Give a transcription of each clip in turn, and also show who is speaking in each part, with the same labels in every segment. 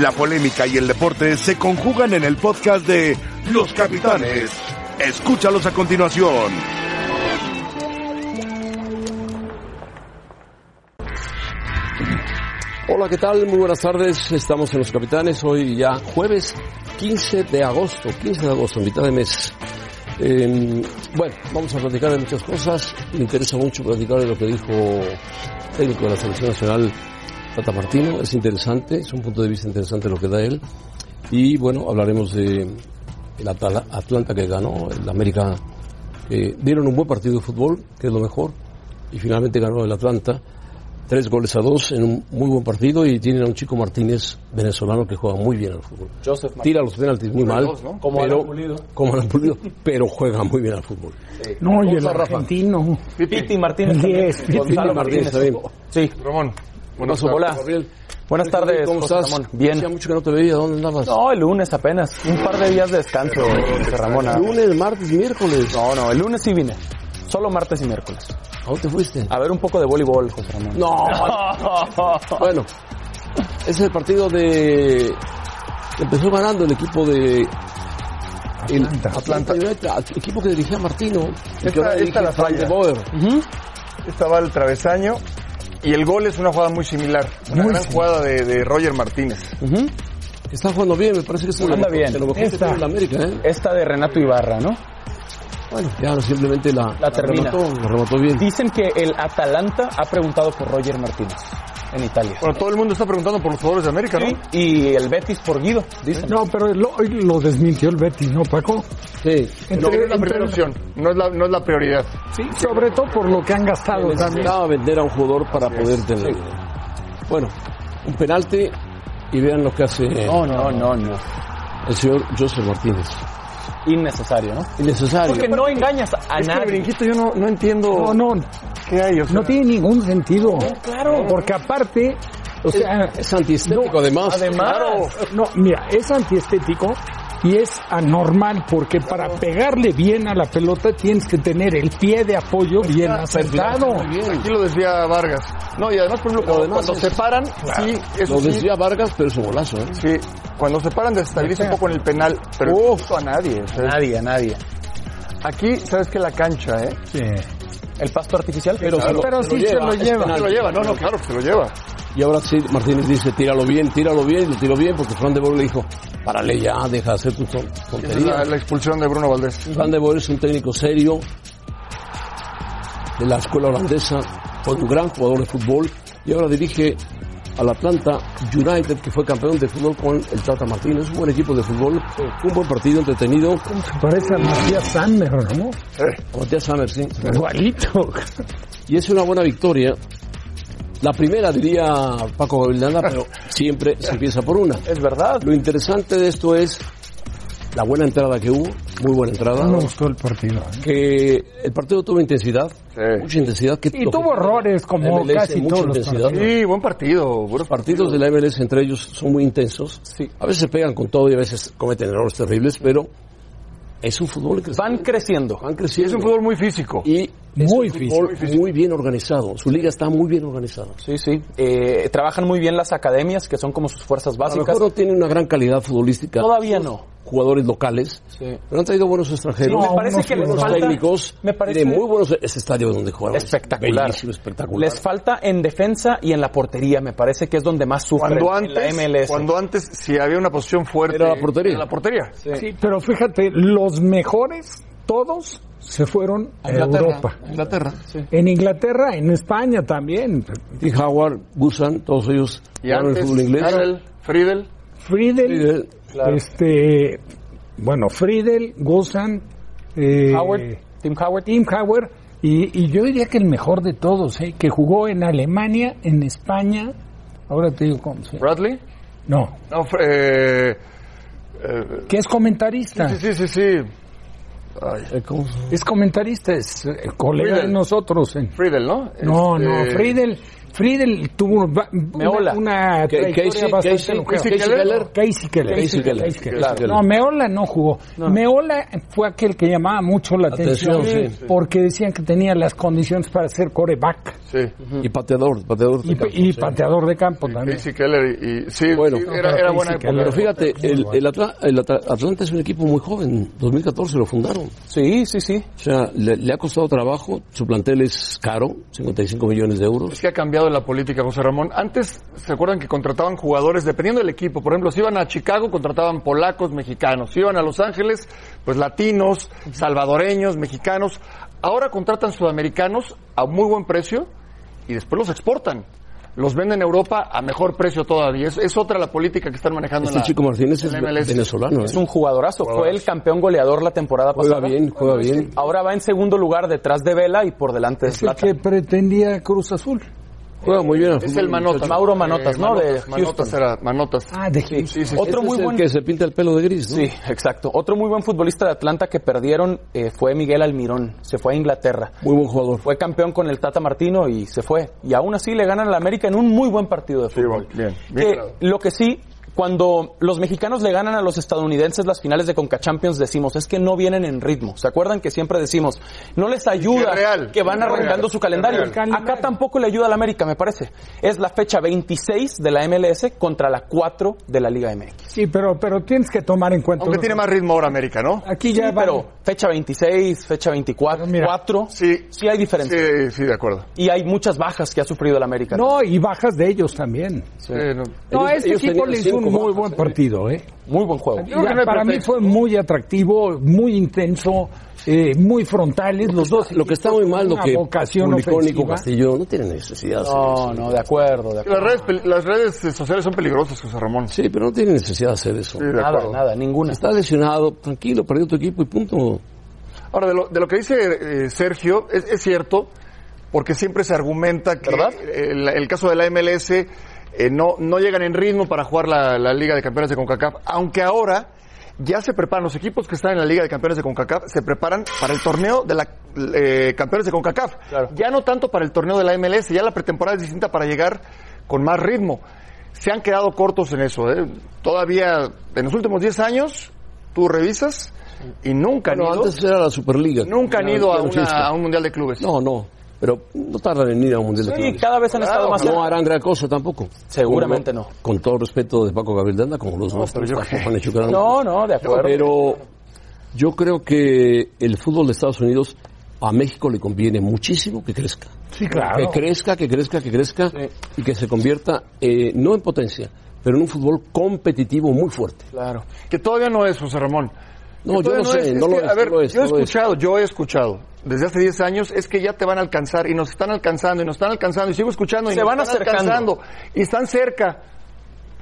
Speaker 1: La polémica y el deporte se conjugan en el podcast de Los Capitanes. Escúchalos a continuación.
Speaker 2: Hola, ¿qué tal? Muy buenas tardes. Estamos en Los Capitanes hoy ya jueves 15 de agosto, 15 de agosto, mitad de mes. Eh, bueno, vamos a platicar de muchas cosas. Me interesa mucho platicar de lo que dijo el técnico de la Selección Nacional, Tata Martino. Es interesante, es un punto de vista interesante lo que da él. Y bueno, hablaremos de el Atala- Atlanta que ganó, el América. eh, dieron un buen partido de fútbol, que es lo mejor, y finalmente ganó el Atlanta. Tres goles a dos en un muy buen partido y tienen a un chico Martínez venezolano que juega muy bien al fútbol.
Speaker 3: Joseph Martínez.
Speaker 2: Tira los penaltis muy
Speaker 3: Uno de
Speaker 2: mal,
Speaker 3: dos, ¿no? Como
Speaker 2: pero-
Speaker 3: Alan Pulido.
Speaker 2: como Alan Pulido, pero juega muy bien al fútbol.
Speaker 4: No, y el
Speaker 3: Rafa.
Speaker 4: argentino.
Speaker 3: Pipiti Martínez. también.
Speaker 4: Yes, Piti
Speaker 3: Gonzalo Martínez.
Speaker 2: también.
Speaker 3: Sí. Ramón. Buenas Hola. Buenas tardes.
Speaker 2: ¿Cómo
Speaker 3: José
Speaker 2: estás?
Speaker 3: Ramón. Bien.
Speaker 2: Hacía mucho que no te veía, ¿dónde andabas?
Speaker 3: No, el lunes apenas. Un par de días de descanso, José Ramón. ah.
Speaker 2: Lunes, martes, miércoles.
Speaker 3: No, no, el lunes sí vine. Solo martes y miércoles.
Speaker 2: ¿A dónde te fuiste?
Speaker 3: A ver un poco de voleibol, José Ramón.
Speaker 2: Ah, No. Bueno, es el partido de... Empezó ganando el equipo de... El Atlanta. United, el equipo que dirigía Martino. y que
Speaker 5: Esta-
Speaker 2: ahora
Speaker 5: esta
Speaker 2: dirige
Speaker 5: la
Speaker 2: Frank de
Speaker 5: falla.
Speaker 2: Boer.
Speaker 5: Estaba el travesaño y el gol es una jugada muy similar. Una gran jugada de, de Roger Martínez.
Speaker 2: Que Está jugando bien, me parece que es
Speaker 3: Anda
Speaker 2: lo mejor-
Speaker 3: bien.
Speaker 2: de lo mejor que
Speaker 3: Esta.
Speaker 2: tiene la América, ¿eh?
Speaker 3: Esta de Renato Ibarra, ¿no?
Speaker 2: Bueno, ya simplemente la,
Speaker 3: termina.
Speaker 2: remató, la remató bien.
Speaker 3: Dicen que el Atalanta ha preguntado por Roger Martínez en Italia.
Speaker 5: Bueno, todo el mundo está preguntando por los jugadores de América, ¿no?
Speaker 3: Sí, y el Betis por Guido, dicen.
Speaker 4: No, pero lo, hoy lo desmintió el Betis, ¿no, Paco?
Speaker 2: Sí.
Speaker 5: No,
Speaker 4: Entre-
Speaker 5: es la primera
Speaker 4: entre-
Speaker 5: opción, no es la, no es la prioridad.
Speaker 4: Sí, sobre todo por lo que han gastado también.
Speaker 2: Necesitaba vender a un jugador para poder tener. Bueno, un penalti y vean lo que hace
Speaker 3: No, no, no, no.
Speaker 2: el señor José Martínez.
Speaker 3: Innecesario, ¿no?
Speaker 2: Innecesario.
Speaker 3: Porque no engañas a
Speaker 5: Es que el
Speaker 3: nadie.
Speaker 5: brinquito yo no, no entiendo
Speaker 4: No, no,
Speaker 5: qué hay. o sea,
Speaker 4: no tiene ningún sentido. claro. Porque aparte, o sea,
Speaker 2: Es antiestético además.
Speaker 3: Además,
Speaker 4: Claro. No, mira, es antiestético y es anormal porque para pegarle bien a la pelota tienes que tener el pie de apoyo bien acertado.
Speaker 5: Aquí lo decía Vargas. No, y además, por ejemplo,
Speaker 2: Pero además
Speaker 5: cuando
Speaker 2: es-
Speaker 5: se paran, sí, eso
Speaker 2: Lo
Speaker 5: sí,
Speaker 2: decía Vargas, pero es un golazo. ¿eh?
Speaker 5: sí, cuando se paran desestabiliza un poco en el penal, pero no a nadie. o sea,
Speaker 3: nadie, a nadie.
Speaker 5: aquí, sabes que la cancha, ¿eh?
Speaker 3: El pasto artificial, pero
Speaker 2: se lo-
Speaker 4: Pero
Speaker 2: se
Speaker 4: sí se lo
Speaker 2: es
Speaker 4: lleva.
Speaker 5: Se
Speaker 2: penal.
Speaker 5: lo lleva, no, no, claro que se lo lleva.
Speaker 2: Y ahora sí, Martínez dice, tíralo bien, tíralo bien, y lo tiró bien, porque Fran de Boer le dijo, párale ya, deja de hacer tu ton-
Speaker 5: Esa es la,
Speaker 2: tontería.
Speaker 5: la expulsión de Bruno Valdés.
Speaker 2: Fran de Boer es un técnico serio de la escuela holandesa, fue un gran jugador de fútbol y ahora dirige al Atlanta United, que fue campeón de fútbol con el Tata Martínez. Un buen equipo de fútbol, un buen partido entretenido.
Speaker 4: Parece a Matías Sammer, ¿no?
Speaker 2: Matías Sammer, sí.
Speaker 4: Igualito.
Speaker 2: Y es una buena victoria. La primera, diría Paco Gavilana, pero siempre se empieza por una.
Speaker 3: es verdad.
Speaker 2: Lo interesante de esto es la buena entrada que hubo, muy buena entrada.
Speaker 4: No me gustó el partido. ¿eh?
Speaker 2: Que el partido tuvo intensidad,
Speaker 5: Sí.
Speaker 2: mucha intensidad. Que
Speaker 4: Y tuvo errores
Speaker 5: Eh,
Speaker 4: como
Speaker 2: MLS,
Speaker 4: casi
Speaker 2: mucha
Speaker 4: todos los
Speaker 2: intensidad.
Speaker 4: partidos.
Speaker 5: Sí, buen partido, buenos
Speaker 2: partidos de la MLS entre ellos son muy intensos.
Speaker 3: Sí.
Speaker 2: A veces se pegan con todo y a veces cometen errores terribles, pero es un fútbol que
Speaker 3: Van creciendo.
Speaker 2: van
Speaker 5: Y
Speaker 2: creciendo.
Speaker 5: es un fútbol muy físico.
Speaker 2: y es
Speaker 4: muy
Speaker 2: un
Speaker 4: físico.
Speaker 2: fútbol muy bien organizado. Su liga está muy bien organizada.
Speaker 3: Sí, sí. Eh, trabajan muy bien las academias, que son como sus fuerzas
Speaker 2: A lo
Speaker 3: básicas.
Speaker 2: mejor no tiene una gran calidad futbolística.
Speaker 3: Todavía no.
Speaker 2: Jugadores locales,
Speaker 3: Sí.
Speaker 2: pero han traído buenos
Speaker 3: Sí,
Speaker 2: extranjeros.
Speaker 3: me parece
Speaker 4: unos
Speaker 3: que les
Speaker 2: buenos
Speaker 3: falta.
Speaker 2: técnicos
Speaker 3: me parece
Speaker 2: de muy buenos e-, ese estadio donde juegan es
Speaker 3: espectacular.
Speaker 2: bellísimo, espectacular
Speaker 3: Les falta en defensa y en la portería. Me parece que es donde más sufren.
Speaker 5: Cuando
Speaker 3: en la MLS.
Speaker 5: antes, cuando antes, si había una posición fuerte.
Speaker 2: Era la portería.
Speaker 5: era la portería.
Speaker 4: Sí, pero fíjate, los mejores, todos, se fueron a Europa.
Speaker 5: Inglaterra.
Speaker 4: En Inglaterra, en España también.
Speaker 2: Tim Howard Gusan todos ellos
Speaker 5: Y
Speaker 2: jugaron
Speaker 5: antes,
Speaker 2: el fútbol inglés
Speaker 5: Carroll, Friedel.
Speaker 4: Friedel,
Speaker 2: Friedel,
Speaker 4: este, bueno, Friedel, Gozan, eh,
Speaker 3: Howard, Tim Howard.
Speaker 4: Tim Howard, y, y yo diría que el mejor de todos, ¿eh? que jugó en Alemania, en España, ahora te digo cómo se llama.
Speaker 5: Bradley.
Speaker 4: No,
Speaker 5: No, fr- eh, eh,
Speaker 4: que es comentarista.
Speaker 5: sí, sí, sí, sí. Ay,
Speaker 2: eh, ¿cómo se llama?
Speaker 4: Es comentarista, es eh, colega de
Speaker 5: Friedel.
Speaker 4: nosotros. en-
Speaker 5: Friedel, ¿no?
Speaker 4: No,
Speaker 5: Este,
Speaker 4: no, Friedel Friedel tuvo una, una,
Speaker 3: Meola.
Speaker 4: una
Speaker 2: Ke-
Speaker 4: trayectoria
Speaker 2: Casey-
Speaker 4: bastante
Speaker 2: Casey-
Speaker 4: longeva.
Speaker 2: Casey Keller.
Speaker 4: Casey Keller.
Speaker 2: Casey Keller.
Speaker 4: Casey Keller.
Speaker 2: Claro.
Speaker 4: No, Meola no jugó. Meola fue aquel que llamaba mucho la atención,
Speaker 2: Atención, sí.
Speaker 4: porque decían que tenía las condiciones para ser coreback
Speaker 5: Sí.
Speaker 2: Y pateador, pateador.
Speaker 4: y, y pateador de campo también.
Speaker 5: Casey Keller y, y- sí,
Speaker 2: Bueno.
Speaker 5: sí, era, era
Speaker 4: Casey
Speaker 5: buena época.
Speaker 4: Keller.
Speaker 2: Pero fíjate, el, el Atla- el Atla- Atlanta es un equipo muy joven, 2014 lo fundaron.
Speaker 3: Sí, sí, sí.
Speaker 2: O sea, le, le ha costado trabajo, su plantel es caro, 55 millones de
Speaker 5: Es
Speaker 2: euros.
Speaker 5: que ha cambiado la política, José Ramón. Antes, ¿se acuerdan que contrataban jugadores dependiendo del equipo? Por ejemplo, si iban a Chicago, contrataban polacos, mexicanos. Si iban a Los Ángeles, pues latinos, salvadoreños, mexicanos. Ahora contratan sudamericanos a muy buen precio y después los exportan. Los venden a Europa a mejor precio todavía. Es, es otra la política que están manejando en
Speaker 2: Este
Speaker 5: la-
Speaker 2: chico Martínez es
Speaker 5: en la MLS.
Speaker 2: venezolano, ¿eh?
Speaker 3: Es un jugadorazo. Fue el campeón goleador la temporada
Speaker 2: juega
Speaker 3: pasada.
Speaker 2: bien, juega bien.
Speaker 3: Ahora va en segundo lugar detrás de Vela y por delante de
Speaker 4: Es el
Speaker 3: Plata.
Speaker 4: que pretendía Cruz Azul.
Speaker 2: Juega muy bien. al
Speaker 5: Es
Speaker 2: fútbol,
Speaker 5: el Manotas.
Speaker 2: muchacho.
Speaker 3: Mauro Manotas, ¿no? De
Speaker 5: Eh, Manotas, Manotas
Speaker 3: Houston.
Speaker 5: era Manotas.
Speaker 4: Ah, de
Speaker 5: Sí, sí, sí.
Speaker 3: Otro
Speaker 2: Este
Speaker 3: muy
Speaker 2: es el
Speaker 3: buen-
Speaker 2: que se pinta el pelo de gris, ¿no?
Speaker 3: Sí, exacto. Otro muy buen futbolista de Atlanta que perdieron eh, fue Miguel Almirón. Se fue a Inglaterra.
Speaker 2: Muy buen jugador.
Speaker 3: Fue campeón con el Tata Martino y se fue. Y aún así le ganan al América en un muy buen partido de fútbol.
Speaker 5: bueno, bien, bien
Speaker 3: Que
Speaker 5: claro.
Speaker 3: lo que sí, cuando los mexicanos le ganan a los estadounidenses las finales de Conca Champions, decimos, es que no vienen en ritmo. ¿Se acuerdan que siempre decimos, no les ayuda
Speaker 5: Es real,
Speaker 3: que van
Speaker 5: es
Speaker 3: arrancando
Speaker 5: real,
Speaker 3: su calendario?
Speaker 5: es
Speaker 4: real.
Speaker 3: Acá tampoco le ayuda al América, me parece. Es la fecha 26 de la MLS contra la 4 de la Liga MX.
Speaker 4: Sí, pero, pero tienes que tomar en cuenta.
Speaker 5: Aunque tiene más ritmo ahora América, ¿no?
Speaker 4: Aquí ya
Speaker 3: Sí,
Speaker 4: van-
Speaker 3: pero fecha 26, fecha 24,
Speaker 4: Pero mira,
Speaker 3: 4,
Speaker 5: sí.
Speaker 3: sí, hay diferencia.
Speaker 5: Sí, sí, de acuerdo.
Speaker 3: Y hay muchas bajas que ha sufrido el América.
Speaker 4: No, y bajas de ellos también.
Speaker 5: Sí, no.
Speaker 4: No,
Speaker 2: Ellos-
Speaker 4: a este
Speaker 2: ellos
Speaker 4: equipo
Speaker 2: tenían
Speaker 4: le hizo un
Speaker 2: cinco
Speaker 4: muy
Speaker 2: bajas,
Speaker 4: buen
Speaker 2: ¿eh?
Speaker 4: partido, ¿eh?
Speaker 3: Muy buen juego.
Speaker 4: Yo creo que para mí fue muy atractivo, muy intenso, eh, muy frontales los dos.
Speaker 2: Lo que está muy mal, lo
Speaker 4: Una
Speaker 2: que
Speaker 4: vocación
Speaker 2: publicó Nico
Speaker 4: ofensiva.
Speaker 2: Castillo, no tiene necesidad. de hacer
Speaker 3: No, no, de acuerdo, de
Speaker 5: Las
Speaker 3: acuerdo.
Speaker 5: redes, pel- las redes eh, sociales son peligrosas, José Ramón.
Speaker 2: eso. Sí, pero no tiene necesidad de hacer eso.
Speaker 5: Sí, de
Speaker 3: Nada,
Speaker 5: acuerdo.
Speaker 3: nada, ninguna.
Speaker 2: Está lesionado, tranquilo, perdió tu equipo y punto.
Speaker 5: Ahora, de lo, de lo que dice eh, Sergio, es, es cierto, porque siempre se argumenta que
Speaker 3: ¿Verdad?
Speaker 5: el, el caso de la MLS eh, no, no llegan en ritmo para jugar la, la Liga de Campeones de CONCACAF, aunque ahora ya se preparan, los equipos que están en la Liga de Campeones de CONCACAF se preparan para el torneo de la eh, Campeones de CONCACAF.
Speaker 3: Claro.
Speaker 5: Ya no tanto para el torneo de la MLS, ya la pretemporada es distinta para llegar con más ritmo. Se han quedado cortos en eso. ¿eh? Todavía, en los últimos 10 años, tú revisas y nunca
Speaker 2: Bueno,
Speaker 5: han ido.
Speaker 2: antes era la Superliga.
Speaker 5: Nunca han
Speaker 2: Era-
Speaker 5: ido a,
Speaker 2: era un
Speaker 5: una-
Speaker 2: chiste.
Speaker 5: a un mundial de clubes.
Speaker 2: No, no. Pero no tardan en ir a un mundial de
Speaker 3: Y
Speaker 2: clubes.
Speaker 3: cada vez han estado
Speaker 5: Claro,
Speaker 3: más
Speaker 2: No
Speaker 3: cerca.
Speaker 2: harán gran cosa tampoco.
Speaker 3: Seguramente
Speaker 2: Como-
Speaker 3: no.
Speaker 2: Con todo respeto de Paco Gabriel de Anda, como los más
Speaker 5: pero yo qué.
Speaker 3: No, no, de acuerdo.
Speaker 2: Pero yo creo que el fútbol de Estados Unidos a México le conviene muchísimo que crezca.
Speaker 4: Sí, claro.
Speaker 2: Que crezca, que crezca, que crezca y que se convierta, eh, no en potencia, pero en un fútbol competitivo muy fuerte.
Speaker 3: Claro.
Speaker 5: Que todavía no es, José Ramón.
Speaker 2: No,
Speaker 5: Que
Speaker 2: yo
Speaker 5: todavía
Speaker 2: no sé, no lo
Speaker 5: que,
Speaker 2: es,
Speaker 5: A ver,
Speaker 2: no lo es,
Speaker 5: yo he
Speaker 2: no lo es.
Speaker 5: escuchado, yo he escuchado desde hace 10 años, es que ya te van a alcanzar y nos están alcanzando y nos están alcanzando y sigo escuchando y
Speaker 3: Se
Speaker 5: nos
Speaker 3: van
Speaker 5: están
Speaker 3: acercando.
Speaker 5: alcanzando y están cerca.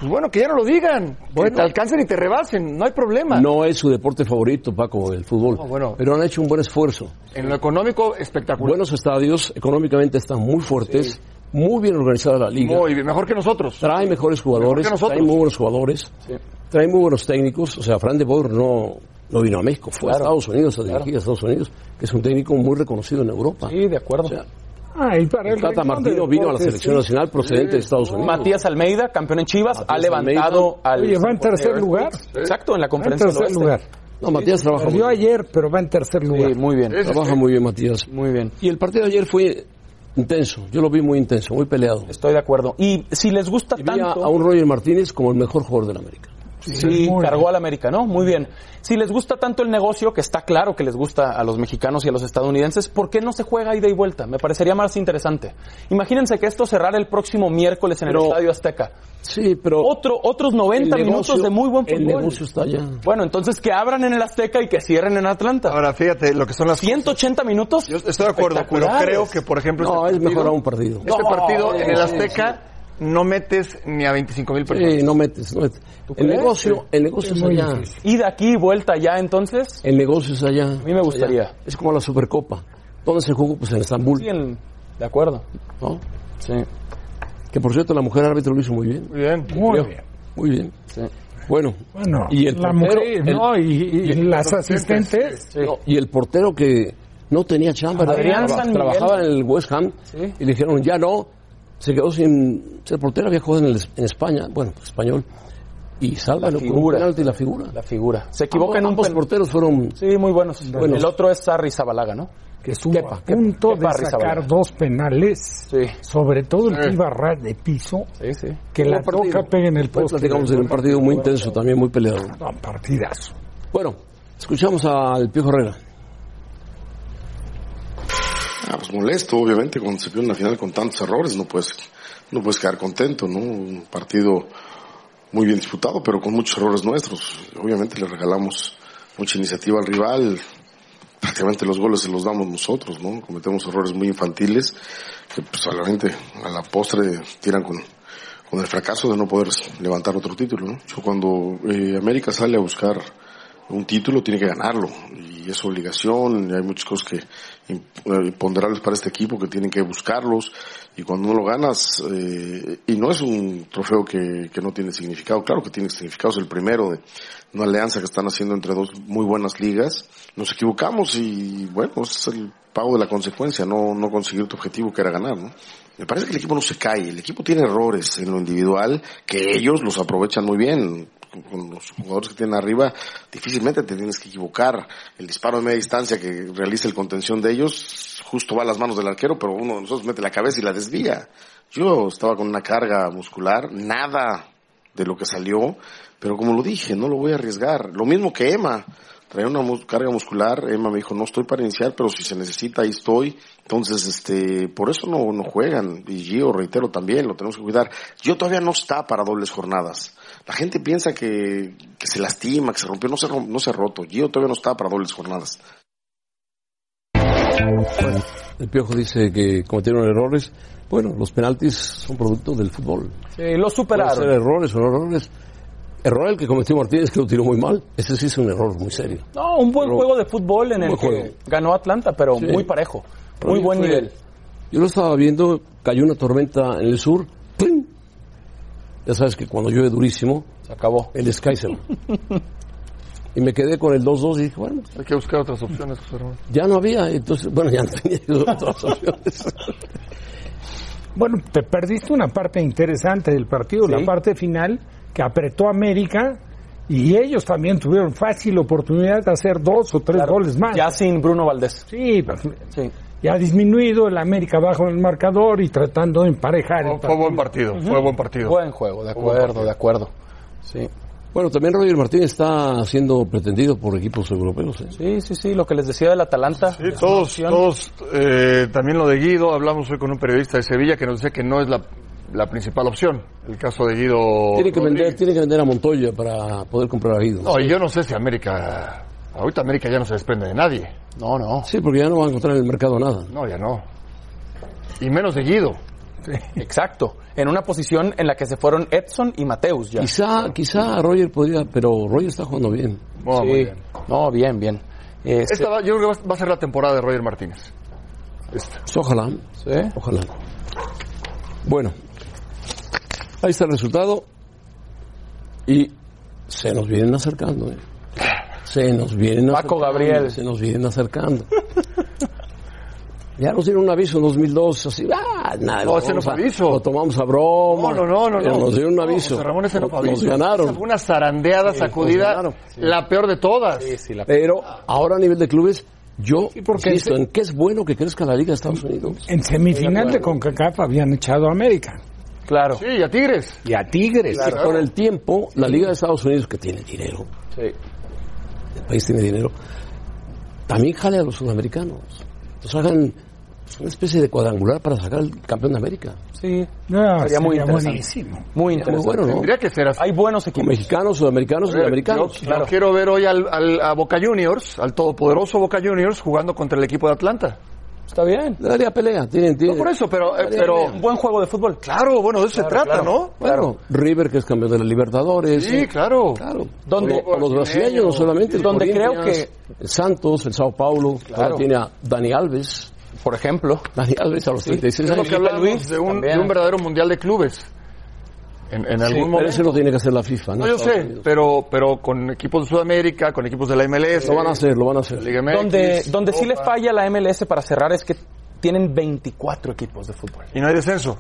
Speaker 5: Pues bueno, que ya no lo digan. Que te alcancen y te rebasen, no hay problema.
Speaker 2: No es su deporte favorito, Paco, el fútbol.
Speaker 5: No, bueno.
Speaker 2: Pero han hecho un buen esfuerzo.
Speaker 5: En lo económico, espectacular.
Speaker 2: Buenos estadios, económicamente están muy fuertes, muy bien organizada la liga.
Speaker 5: Muy bien, mejor que nosotros.
Speaker 2: Trae mejores
Speaker 5: Mejor
Speaker 2: jugadores,
Speaker 5: que nosotros.
Speaker 2: trae muy buenos jugadores, trae muy buenos técnicos. O sea, Fran de Boer no, no vino a México, fue a Estados Unidos a dirigir a Estados Unidos, que es un técnico muy reconocido en Europa.
Speaker 3: Sí, de acuerdo.
Speaker 2: O sea,
Speaker 4: Ah, y para el
Speaker 2: Tata
Speaker 4: renglón
Speaker 2: Martino
Speaker 4: de
Speaker 2: vino a la
Speaker 4: deportes,
Speaker 2: selección
Speaker 4: sí.
Speaker 2: nacional procedente de Estados Unidos.
Speaker 3: Matías Almeida, campeón en Chivas,
Speaker 2: Matías
Speaker 3: ha levantado al. este.
Speaker 4: Oye, va en tercer lugar.
Speaker 3: Exacto, en
Speaker 4: Va
Speaker 3: la
Speaker 4: en
Speaker 3: conferencia.
Speaker 4: tercer
Speaker 3: del Oeste.
Speaker 4: lugar.
Speaker 2: No, Matías trabaja muy
Speaker 4: Perdió
Speaker 2: bien.
Speaker 4: ayer, pero va en tercer lugar.
Speaker 3: Sí, muy bien.
Speaker 5: Es-
Speaker 2: Trabaja muy bien, Matías.
Speaker 3: Muy bien.
Speaker 2: Y el partido de ayer fue intenso, yo lo vi muy intenso, muy peleado.
Speaker 3: Estoy de acuerdo. Y si les gusta
Speaker 2: Y vi a,
Speaker 3: tanto.
Speaker 2: a un Roger Martínez como el mejor jugador del América.
Speaker 3: Sí,
Speaker 4: Muy
Speaker 3: cargó al América, ¿no? Muy bien. Si les gusta tanto el negocio, que está claro que les gusta a los mexicanos y a los estadounidenses, ¿por qué no se juega ida y vuelta? Me parecería más interesante. Imagínense que esto cerrara el próximo miércoles en el
Speaker 2: Pero-
Speaker 3: Estadio Azteca.
Speaker 2: Sí, pero
Speaker 3: Otro, otros 90
Speaker 2: el
Speaker 3: minutos
Speaker 2: negocio-
Speaker 3: de muy buen fútbol.
Speaker 2: El negocio está allá.
Speaker 3: Bueno, entonces que abran en el Azteca y que cierren en Atlanta.
Speaker 5: Ahora, fíjate lo que son las...
Speaker 3: 180 minutos.
Speaker 5: Yo estoy de acuerdo, pero
Speaker 3: espectaculares.
Speaker 5: creo que, por ejemplo...
Speaker 2: No,
Speaker 5: este
Speaker 2: es mejor
Speaker 5: partido-
Speaker 2: a un partido.
Speaker 5: Este
Speaker 3: No,
Speaker 5: partido en el
Speaker 3: sí,
Speaker 5: Azteca no metes ni a 25 mil personas.
Speaker 2: Sí, no metes, no metes. El
Speaker 3: crees?
Speaker 2: negocio, el negocio es allá.
Speaker 3: Y de aquí vuelta ya, entonces.
Speaker 2: El negocio es allá. A
Speaker 3: mí me gustaría.
Speaker 2: Es como la Supercopa. ¿Dónde se jugó? Pues en Estambul,
Speaker 3: Sí, en- De acuerdo.
Speaker 2: ¿no?
Speaker 3: Sí.
Speaker 2: Que por cierto, la mujer árbitro lo hizo muy bien.
Speaker 5: Muy bien.
Speaker 4: Muy bien.
Speaker 2: Muy bien.
Speaker 3: Sí.
Speaker 2: Bueno.
Speaker 4: Bueno,
Speaker 2: y el
Speaker 4: la
Speaker 2: portero,
Speaker 4: mujer,
Speaker 2: el-
Speaker 4: ¿no? Y, y- y las asistentes.
Speaker 3: Sí.
Speaker 2: no, y el portero que no tenía chamba. era-
Speaker 3: Adrián
Speaker 2: traba-
Speaker 3: San Miguel.
Speaker 2: trabajaba en el West Ham
Speaker 3: Sí.
Speaker 2: y le dijeron, ya no. se quedó sin ser portero, había jugado en, el- en España, bueno, español, y salva
Speaker 3: La
Speaker 2: con un
Speaker 3: figura.
Speaker 2: penalti y la figura.
Speaker 3: La figura. Se equivoca en un
Speaker 2: ambos, ambos
Speaker 3: pen-
Speaker 2: porteros fueron
Speaker 3: Sí, muy buenos.
Speaker 2: Buenos.
Speaker 3: El otro es Sarri Zabalaga, ¿no?
Speaker 4: que estuvo
Speaker 3: Kepa,
Speaker 4: a
Speaker 3: Kepa,
Speaker 4: punto
Speaker 3: Kepa
Speaker 4: de
Speaker 3: Arrizabalaga.
Speaker 4: sacar dos penales,
Speaker 3: Sí.
Speaker 4: sobre todo el
Speaker 5: Sí.
Speaker 4: que iba a ras de piso,
Speaker 3: Sí, sí.
Speaker 4: que la toca pega en el
Speaker 2: Pues
Speaker 4: poste.
Speaker 2: platicamos en un partido muy intenso, también muy peleado.
Speaker 4: No, partidazo.
Speaker 2: Bueno, escuchamos al Piojo Herrera.
Speaker 6: Ah, pues molesto, obviamente, cuando se pierde una final con tantos errores, no puedes, no puedes quedar contento, ¿no? Un partido muy bien disputado, pero con muchos errores nuestros. Obviamente le regalamos mucha iniciativa al rival, prácticamente los goles se los damos nosotros, ¿no? Cometemos errores muy infantiles que pues a la gente, a la postre, tiran con, con el fracaso de no poder levantar otro título, ¿no? Yo cuando eh, América sale a buscar un título tiene que ganarlo y es obligación y hay muchas cosas que imp- eh, imponderables para este equipo que tienen que buscarlos y cuando no lo ganas eh, y no es un trofeo que, que no tiene significado claro que tiene significado es el primero de una alianza que están haciendo entre dos muy buenas ligas nos equivocamos y bueno es el pago de la consecuencia no no conseguir tu objetivo que era ganar ¿no? me parece que el equipo no se cae el equipo tiene errores en lo individual que ellos los aprovechan muy bien con- con los jugadores que tienen arriba, difícilmente te tienes que equivocar. El disparo de media distancia que realiza el contención de ellos, justo va a las manos del arquero, pero uno de nosotros mete la cabeza y la desvía. Yo estaba con una carga muscular, nada de lo que salió, pero como lo dije, no lo voy a arriesgar. Lo mismo que Emma, traía una mus- carga muscular, Emma me dijo, no estoy para iniciar, pero si se necesita, ahí estoy. Entonces, este, por eso no, no juegan. Y Gio, reitero, también lo tenemos que cuidar. Gio todavía no está para dobles jornadas. La gente piensa que, que se lastima, que se rompió, no se, rom- no se ha roto. Gio todavía no está para dobles jornadas.
Speaker 2: El Piojo dice que cometieron errores. Bueno, los penaltis son producto del fútbol.
Speaker 3: Sí, lo
Speaker 2: Pueden ser
Speaker 3: superaron.
Speaker 2: errores o no errores. Error el que cometió Martínez, que lo tiró muy mal. Ese sí es un error muy serio.
Speaker 3: No, un buen
Speaker 2: Pero-
Speaker 3: juego de fútbol en
Speaker 2: un
Speaker 3: el
Speaker 2: buen
Speaker 3: que
Speaker 2: juego.
Speaker 3: ganó Atlanta, pero
Speaker 2: Sí.
Speaker 3: muy parejo.
Speaker 2: Pero
Speaker 3: muy
Speaker 2: bien
Speaker 3: buen
Speaker 2: fue-
Speaker 3: nivel.
Speaker 2: Yo lo estaba viendo, cayó una tormenta en el sur. ¡plim! Ya sabes que cuando llueve durísimo,
Speaker 3: Se acabó.
Speaker 2: el sky se va. Y me quedé con el 2-2 y dije, bueno,
Speaker 5: Hay que buscar otras opciones, José Ramón.
Speaker 2: ya no había. Entonces, bueno, ya no tenía yo otras opciones.
Speaker 4: Bueno, te perdiste una parte interesante del partido,
Speaker 3: Sí.
Speaker 4: la parte final, que apretó a América y ellos también tuvieron fácil oportunidad de hacer dos o tres
Speaker 3: Claro,
Speaker 4: goles más.
Speaker 3: Ya sin Bruno Valdés.
Speaker 4: Sí, pues,
Speaker 3: Sí.
Speaker 4: ya disminuido el América bajo el marcador y tratando de emparejar. el
Speaker 5: Fue- Fue buen partido, fue buen partido.
Speaker 3: Buen juego, de acuerdo, de acuerdo. Sí.
Speaker 2: Bueno, también Roger Martínez está siendo pretendido por equipos europeos. ¿eh?
Speaker 3: Sí, sí, sí, lo que les decía del Atalanta.
Speaker 5: Sí, todos, todos, eh, también lo de Guido, hablamos hoy con un periodista de Sevilla que nos dice que no es la, la principal opción, el caso de Guido.
Speaker 2: Tiene que, vender,
Speaker 5: Rodríguez.
Speaker 2: tiene que vender a Montoya para poder comprar a Guido.
Speaker 5: No, y yo no sé si América, ahorita América ya no se desprende de nadie,
Speaker 3: No, no.
Speaker 2: Sí, porque ya no va a encontrar en el mercado nada.
Speaker 5: no, ya no. Y menos de Guido.
Speaker 3: Exacto. En una posición en la que se fueron Edson y Mateus ya.
Speaker 2: Quizá, quizá Roger podría, pero Roger está jugando bien.
Speaker 5: Bueno, muy
Speaker 3: Sí.
Speaker 5: bien.
Speaker 3: No, oh, bien, bien. Este,
Speaker 5: Esta va- yo creo que va- va a ser la temporada de Roger Martínez.
Speaker 2: Pues ojalá,
Speaker 3: sí.
Speaker 2: ojalá. Bueno, ahí está el resultado y se nos vienen acercando. ¿eh? Se nos vienen
Speaker 3: Paco
Speaker 2: acercando.
Speaker 3: Gabriel.
Speaker 2: Se nos vienen acercando. Ya nos dieron un aviso en 2002, así, ah,
Speaker 5: No,
Speaker 2: nada, lo
Speaker 5: Oh, ese no
Speaker 2: tomamos
Speaker 5: fue
Speaker 2: a-
Speaker 5: aviso.
Speaker 2: Lo tomamos a broma.
Speaker 5: No, no, no, no.
Speaker 2: pero
Speaker 5: no.
Speaker 2: Nos dieron un
Speaker 5: No,
Speaker 2: aviso.
Speaker 5: José Ramón, ese no fue
Speaker 2: nos
Speaker 5: aviso. Esa
Speaker 2: ganaron.
Speaker 5: fue una zarandeada, sacudida,
Speaker 2: ganaron.
Speaker 5: la peor de todas.
Speaker 3: Sí, sí, la-
Speaker 2: Pero ahora a nivel de clubes, yo
Speaker 4: porque
Speaker 2: insisto
Speaker 4: ese-
Speaker 2: en que es bueno que crezca la Liga de Estados Unidos.
Speaker 4: En semifinal de CONCACAF habían echado a América
Speaker 3: Claro.
Speaker 5: Sí, y a Tigres.
Speaker 4: y a Tigres.
Speaker 2: Y con el tiempo, la Liga de Estados Unidos, que tiene dinero,
Speaker 3: Sí.
Speaker 2: el país tiene dinero, también jale a los sudamericanos. Entonces hagan pues, una especie de cuadrangular para sacar al campeón de América.
Speaker 3: Sí.
Speaker 4: No,
Speaker 3: Sería muy interesante.
Speaker 4: buenísimo.
Speaker 3: Muy
Speaker 2: Muy
Speaker 3: interesante.
Speaker 2: bueno, ¿no?
Speaker 5: Tendría que ser así.
Speaker 3: Hay buenos
Speaker 2: Con
Speaker 3: equipos.
Speaker 2: mexicanos, sudamericanos,
Speaker 5: Yo-
Speaker 2: sudamericanos.
Speaker 5: Yo,
Speaker 3: claro.
Speaker 5: quiero ver hoy al, al- a Boca Juniors, al todopoderoso Boca Juniors, jugando contra el equipo de Atlanta.
Speaker 3: Está bien.
Speaker 2: Le daría pelea, tienen,
Speaker 5: No
Speaker 2: tienen.
Speaker 5: por eso, pero, eh, pero
Speaker 3: Un buen juego de fútbol.
Speaker 5: claro, bueno, de eso se trata, ¿no?
Speaker 2: Bueno, River, que es campeón de la Libertadores.
Speaker 5: Sí, claro.
Speaker 2: Claro.
Speaker 3: Donde-
Speaker 2: O- o los brasileños, no solamente. el
Speaker 3: Donde creo
Speaker 2: Corinthians, el Santos, el Sao Paulo. Ahora tiene a Dani Alves.
Speaker 3: Por ejemplo.
Speaker 2: Dani Alves a los 36
Speaker 5: Es lo
Speaker 2: años.
Speaker 5: que hablábamos
Speaker 3: Luis
Speaker 5: de un,
Speaker 3: también.
Speaker 5: de un verdadero mundial de clubes. En, en algún
Speaker 2: Pero
Speaker 5: momento.
Speaker 2: eso lo tiene que hacer la FIFA. No,
Speaker 5: No, yo
Speaker 2: Estados
Speaker 5: sé,
Speaker 2: Unidos.
Speaker 5: pero, pero con equipos de Sudamérica, con equipos de la MLS.
Speaker 2: Lo van a hacer, lo van a hacer.
Speaker 5: Liga MX,
Speaker 3: Donde, donde sí le
Speaker 5: Copa,
Speaker 3: falla a la MLS para cerrar es que tienen 24 equipos de fútbol.
Speaker 5: Y no hay descenso.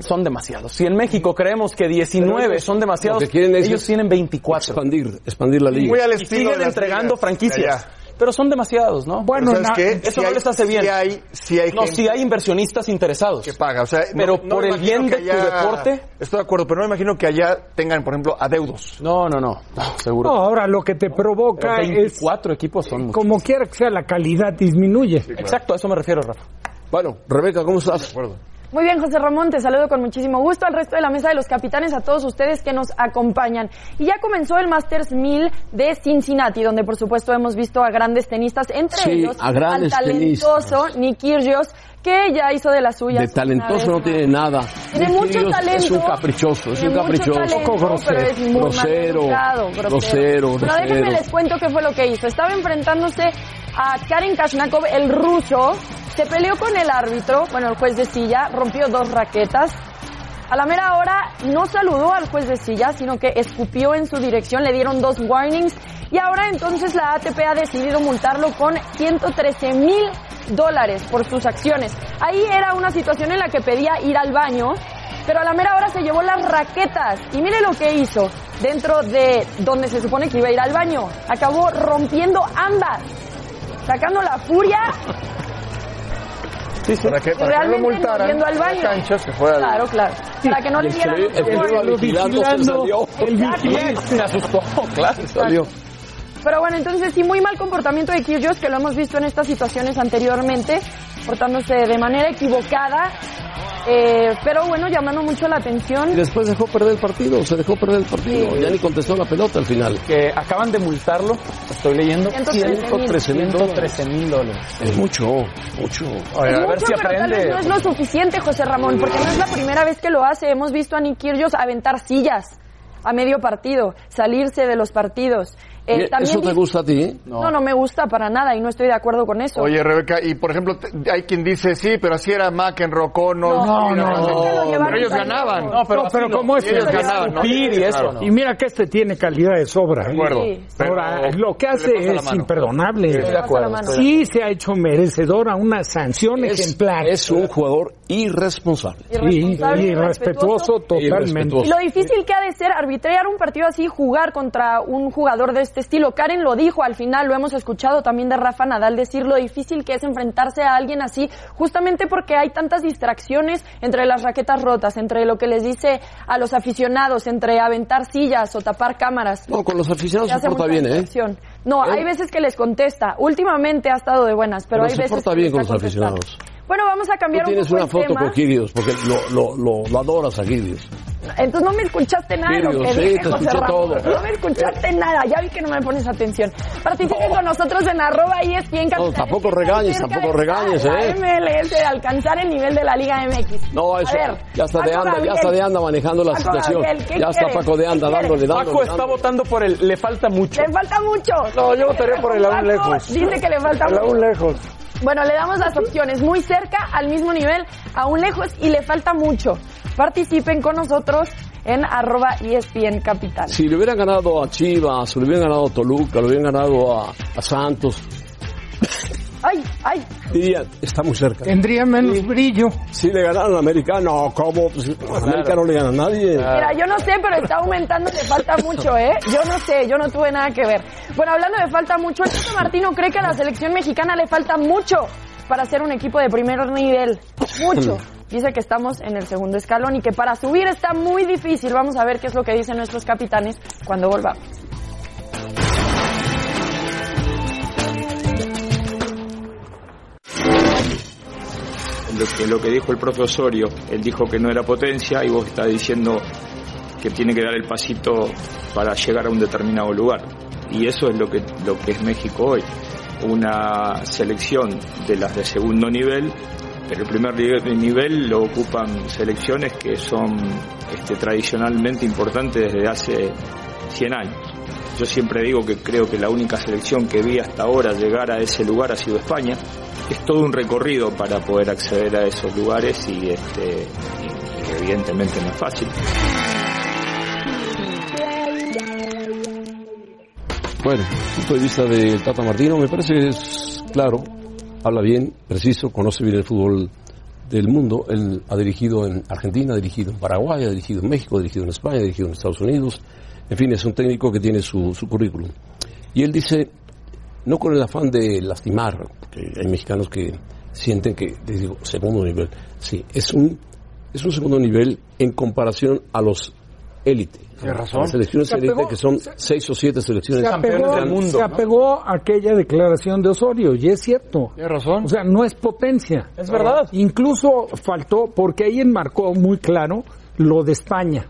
Speaker 3: son demasiados. Si en México creemos que 19
Speaker 2: ellos-
Speaker 3: son demasiados,
Speaker 2: lo que quieren es-
Speaker 3: ellos tienen 24.
Speaker 2: Expandir, expandir la liga.
Speaker 5: Muy al
Speaker 3: Y
Speaker 5: estilo de
Speaker 3: siguen
Speaker 5: las
Speaker 3: entregando
Speaker 5: ligas de
Speaker 3: franquicias.
Speaker 5: allá.
Speaker 3: Pero son demasiados, ¿no?
Speaker 5: Pero
Speaker 4: Bueno,
Speaker 5: ¿sabes
Speaker 4: na-
Speaker 5: qué?
Speaker 3: Eso
Speaker 5: Sí
Speaker 3: no
Speaker 5: hay-
Speaker 3: les hace bien.
Speaker 5: Sí hay, sí hay
Speaker 3: No,
Speaker 5: gente
Speaker 3: si hay inversionistas interesados.
Speaker 5: que paga. O sea, no-
Speaker 3: Pero
Speaker 5: no
Speaker 3: por el
Speaker 5: imagino
Speaker 3: bien
Speaker 5: que
Speaker 3: de tu deporte.
Speaker 5: Estoy de acuerdo, pero no imagino que allá tengan, por ejemplo, adeudos.
Speaker 3: No, no, no. No,
Speaker 4: No,
Speaker 3: seguro.
Speaker 4: ahora lo que te
Speaker 3: Pero
Speaker 4: provoca es,
Speaker 3: 24 equipos son muchos.
Speaker 4: como quiera que sea, la calidad disminuye.
Speaker 3: Exacto, a eso me refiero, Rafa.
Speaker 2: Bueno, Rebeca, ¿cómo estás?
Speaker 7: Muy bien, José Ramón, te saludo con muchísimo gusto al resto de la mesa de los capitanes, a todos ustedes que nos acompañan. Y ya comenzó el Masters 1000 de Cincinnati, donde por supuesto hemos visto a grandes tenistas, entre
Speaker 2: Sí,
Speaker 7: ellos
Speaker 2: a grandes
Speaker 7: al talentoso Nick Kyrgios, que ya hizo de las suyas.
Speaker 2: De
Speaker 7: una
Speaker 2: talentoso no
Speaker 7: vez
Speaker 2: tiene
Speaker 7: más.
Speaker 2: nada.
Speaker 7: Tiene
Speaker 2: Nick
Speaker 7: mucho
Speaker 2: Kyrgios
Speaker 7: talento.
Speaker 2: Es un caprichoso, es
Speaker 7: Tiene
Speaker 2: un
Speaker 7: mucho
Speaker 2: caprichoso.
Speaker 7: talento, pero es muy mal
Speaker 2: grosero,
Speaker 7: educado, grosero.
Speaker 2: grosero,
Speaker 7: Pero déjenme
Speaker 2: grosero.
Speaker 7: les cuento qué fue lo que hizo. Estaba enfrentándose a Karen Kashnakov, el ruso. Se peleó con el árbitro, bueno, el juez de silla, rompió dos raquetas. A la mera hora no saludó al juez de silla, sino que escupió en su dirección, le dieron dos warnings y ahora entonces la ATP ha decidido multarlo con 113 mil dólares por sus acciones. Ahí era una situación en la que pedía ir al baño, pero a la mera hora se llevó las raquetas y mire lo que hizo dentro de donde se supone que iba a ir al baño. Acabó rompiendo ambas, sacando la furia
Speaker 5: Para que, para que
Speaker 7: y
Speaker 5: no lo
Speaker 7: realmente no
Speaker 5: multaran,
Speaker 7: yendo al
Speaker 5: a la
Speaker 7: baño.
Speaker 5: cancha se fue al...
Speaker 7: Claro, claro. Para que no le dieran
Speaker 2: El
Speaker 7: otro
Speaker 2: que iba
Speaker 7: warning.
Speaker 2: vigilando se salió.
Speaker 4: el vigilante.
Speaker 3: Se asustó, claro.
Speaker 2: Salió.
Speaker 7: Pero bueno, entonces sí, muy mal comportamiento de Kyrgios, que lo hemos visto en estas situaciones anteriormente, portándose de manera equivocada, eh, pero bueno, llamando mucho la
Speaker 2: Y
Speaker 7: atención.
Speaker 2: después dejó perder el partido, se dejó perder el partido.
Speaker 7: Sí.
Speaker 2: Ya ni contestó la pelota al final.
Speaker 3: Que acaban de multarlo, estoy leyendo,
Speaker 7: 113
Speaker 2: mil dólares.
Speaker 3: 113 mil dólares.
Speaker 2: Es mucho, mucho.
Speaker 3: Oye,
Speaker 7: Es mucho, pero tal vez no es lo suficiente, José Ramón, porque no es la primera vez que lo hace. Hemos visto a Nick Kyrgios aventar sillas a medio partido, salirse de los partidos. Eh,
Speaker 2: Oye, ¿Eso te
Speaker 7: dice-
Speaker 2: gusta a ti? eh?
Speaker 7: No. no, me gusta para nada y no estoy de acuerdo con eso.
Speaker 5: Oye, Rebeca, y por ejemplo, te- hay quien dice, sí, pero así era McEnroe, Connors...
Speaker 4: No, no,
Speaker 7: Así
Speaker 4: no.
Speaker 7: se lo llevaron
Speaker 5: Pero ellos
Speaker 7: al-
Speaker 5: ganaban.
Speaker 3: No, pero,
Speaker 4: No, pero
Speaker 3: así no.
Speaker 4: como es
Speaker 5: Ellos
Speaker 4: el-
Speaker 5: ganaban, ¿no?
Speaker 3: escupir y eso, ¿no?
Speaker 4: Y mira que este tiene calidad de sobra. ¿eh?
Speaker 5: De acuerdo.
Speaker 7: Sí.
Speaker 5: Pero
Speaker 4: Ahora, eh, lo que hace
Speaker 5: le pasa la
Speaker 4: es
Speaker 5: mano.
Speaker 4: imperdonable.
Speaker 7: Se le pasa la mano.
Speaker 4: Sí se ha hecho merecedora una sanción
Speaker 2: Es,
Speaker 4: ejemplar.
Speaker 2: es un jugador irresponsable.
Speaker 4: Sí,
Speaker 7: Irresponsable,
Speaker 4: irrespetuoso totalmente.
Speaker 2: Irrespetuoso.
Speaker 7: Y lo difícil que ha de ser arbitrar un partido así, jugar contra un jugador de este estilo. Karen lo dijo al final, lo hemos escuchado también de Rafa Nadal decir lo difícil que es enfrentarse a alguien así, justamente porque hay tantas distracciones entre las raquetas rotas, entre lo que les dice a los aficionados, entre aventar sillas o tapar cámaras.
Speaker 2: No, con los aficionados
Speaker 7: Se
Speaker 2: se
Speaker 7: hace
Speaker 2: porta
Speaker 7: mucha
Speaker 2: bien, ¿eh?
Speaker 7: distracción. No,
Speaker 2: Él-
Speaker 7: hay veces que les contesta. Últimamente ha estado de buenas, pero,
Speaker 2: Pero
Speaker 7: hay
Speaker 2: se
Speaker 7: veces
Speaker 2: porta
Speaker 7: que
Speaker 2: bien
Speaker 7: les
Speaker 2: con
Speaker 7: ha
Speaker 2: los
Speaker 7: contestado.
Speaker 2: aficionados.
Speaker 7: Bueno, vamos a
Speaker 2: Tú
Speaker 7: cambiar un
Speaker 2: tienes
Speaker 7: poco
Speaker 2: una
Speaker 7: el
Speaker 2: foto
Speaker 7: tema.
Speaker 2: con Kirios, porque lo, lo, lo, lo adoras a Kirios.
Speaker 7: Entonces no me escuchaste nada de lo que
Speaker 2: Sí,
Speaker 7: dije,
Speaker 2: te
Speaker 7: José
Speaker 2: escuché
Speaker 7: Ramón.
Speaker 2: todo. Eh.
Speaker 7: No me escuchaste nada. Ya vi que no me pones atención. Participen con nosotros en arroba y es quien
Speaker 2: No, tampoco regañes, tampoco regañes, ¿eh?
Speaker 7: MLS de alcanzar el nivel de la Liga MX.
Speaker 2: No,
Speaker 7: A
Speaker 2: eso,
Speaker 7: ver,
Speaker 2: ya está de
Speaker 7: Paco
Speaker 2: anda, ya
Speaker 7: Gabriel.
Speaker 2: está de anda manejando la
Speaker 7: Paco
Speaker 2: situación.
Speaker 7: Gabriel, ¿qué
Speaker 2: ya está
Speaker 7: quieres?
Speaker 2: Paco de anda
Speaker 7: ¿Qué
Speaker 2: dándole,
Speaker 7: quieres?
Speaker 2: dándole.
Speaker 3: Paco está
Speaker 2: dándole.
Speaker 3: votando por el le falta mucho.
Speaker 7: Le falta mucho.
Speaker 5: No, yo votaría por el aún
Speaker 7: Paco
Speaker 5: lejos.
Speaker 7: Dice que le falta
Speaker 5: Pero
Speaker 7: mucho.
Speaker 5: aún lejos.
Speaker 7: Bueno, le damos las opciones. Muy cerca, al mismo nivel, aún lejos y le falta mucho. Participen con nosotros en arroba E ESPN Capital.
Speaker 2: Si le hubieran ganado a Chivas, o le hubieran ganado a Toluca, le hubieran ganado a, a Santos,
Speaker 7: Ay, ay,
Speaker 2: dirían, está muy cerca.
Speaker 4: Tendría menos brillo.
Speaker 2: Si le ganaron a América, no, ¿cómo? Pues, América no le gana a nadie.
Speaker 7: Mira, yo no sé, pero está aumentando, le falta mucho, ¿eh? Yo no sé, yo no tuve nada que ver. Bueno, hablando de falta mucho, el Tata Martino cree que a la selección mexicana le falta mucho para ser un equipo de primer nivel. Mucho. Dice que estamos en el segundo escalón y que para subir está muy difícil. Vamos a ver qué es lo que dicen nuestros capitanes cuando volvamos.
Speaker 8: lo que, lo que dijo el profe Osorio, él dijo que no era potencia y vos estás diciendo que tiene que dar el pasito para llegar a un determinado lugar. Y eso es lo que, lo que es México hoy, una selección de las de segundo nivel, pero el primer nive- nivel lo ocupan selecciones que son este, tradicionalmente importantes desde hace 100 años. Yo siempre digo que creo que la única selección que vi hasta ahora llegar a ese lugar ha sido España. Es todo un recorrido para poder acceder a esos lugares y, este, y- y evidentemente no es fácil.
Speaker 2: Bueno, punto de vista del Tata Martino, me parece que es claro, habla bien, preciso, conoce bien el fútbol del mundo. Él ha dirigido en Argentina, ha dirigido en Paraguay, ha dirigido en México, ha dirigido en España, ha dirigido en Estados Unidos. En fin, es un técnico que tiene su, su currículum. Y él dice, no con el afán de lastimar, porque hay mexicanos que sienten que, les digo, segundo nivel. Sí, es un, es un segundo nivel en comparación a los élite.
Speaker 5: Tienes
Speaker 2: A las
Speaker 5: razón.
Speaker 2: selecciones
Speaker 4: Se apegó-
Speaker 2: élite, que son
Speaker 4: se-
Speaker 2: seis o siete selecciones.
Speaker 4: se apegó,
Speaker 3: del mundo,
Speaker 4: se
Speaker 3: ¿no?
Speaker 4: apegó a aquella declaración de Osorio, y es cierto.
Speaker 5: Tienes razón.
Speaker 4: O sea, no es potencia.
Speaker 3: Es verdad.
Speaker 4: Incluso faltó, porque ahí enmarcó muy claro lo de España.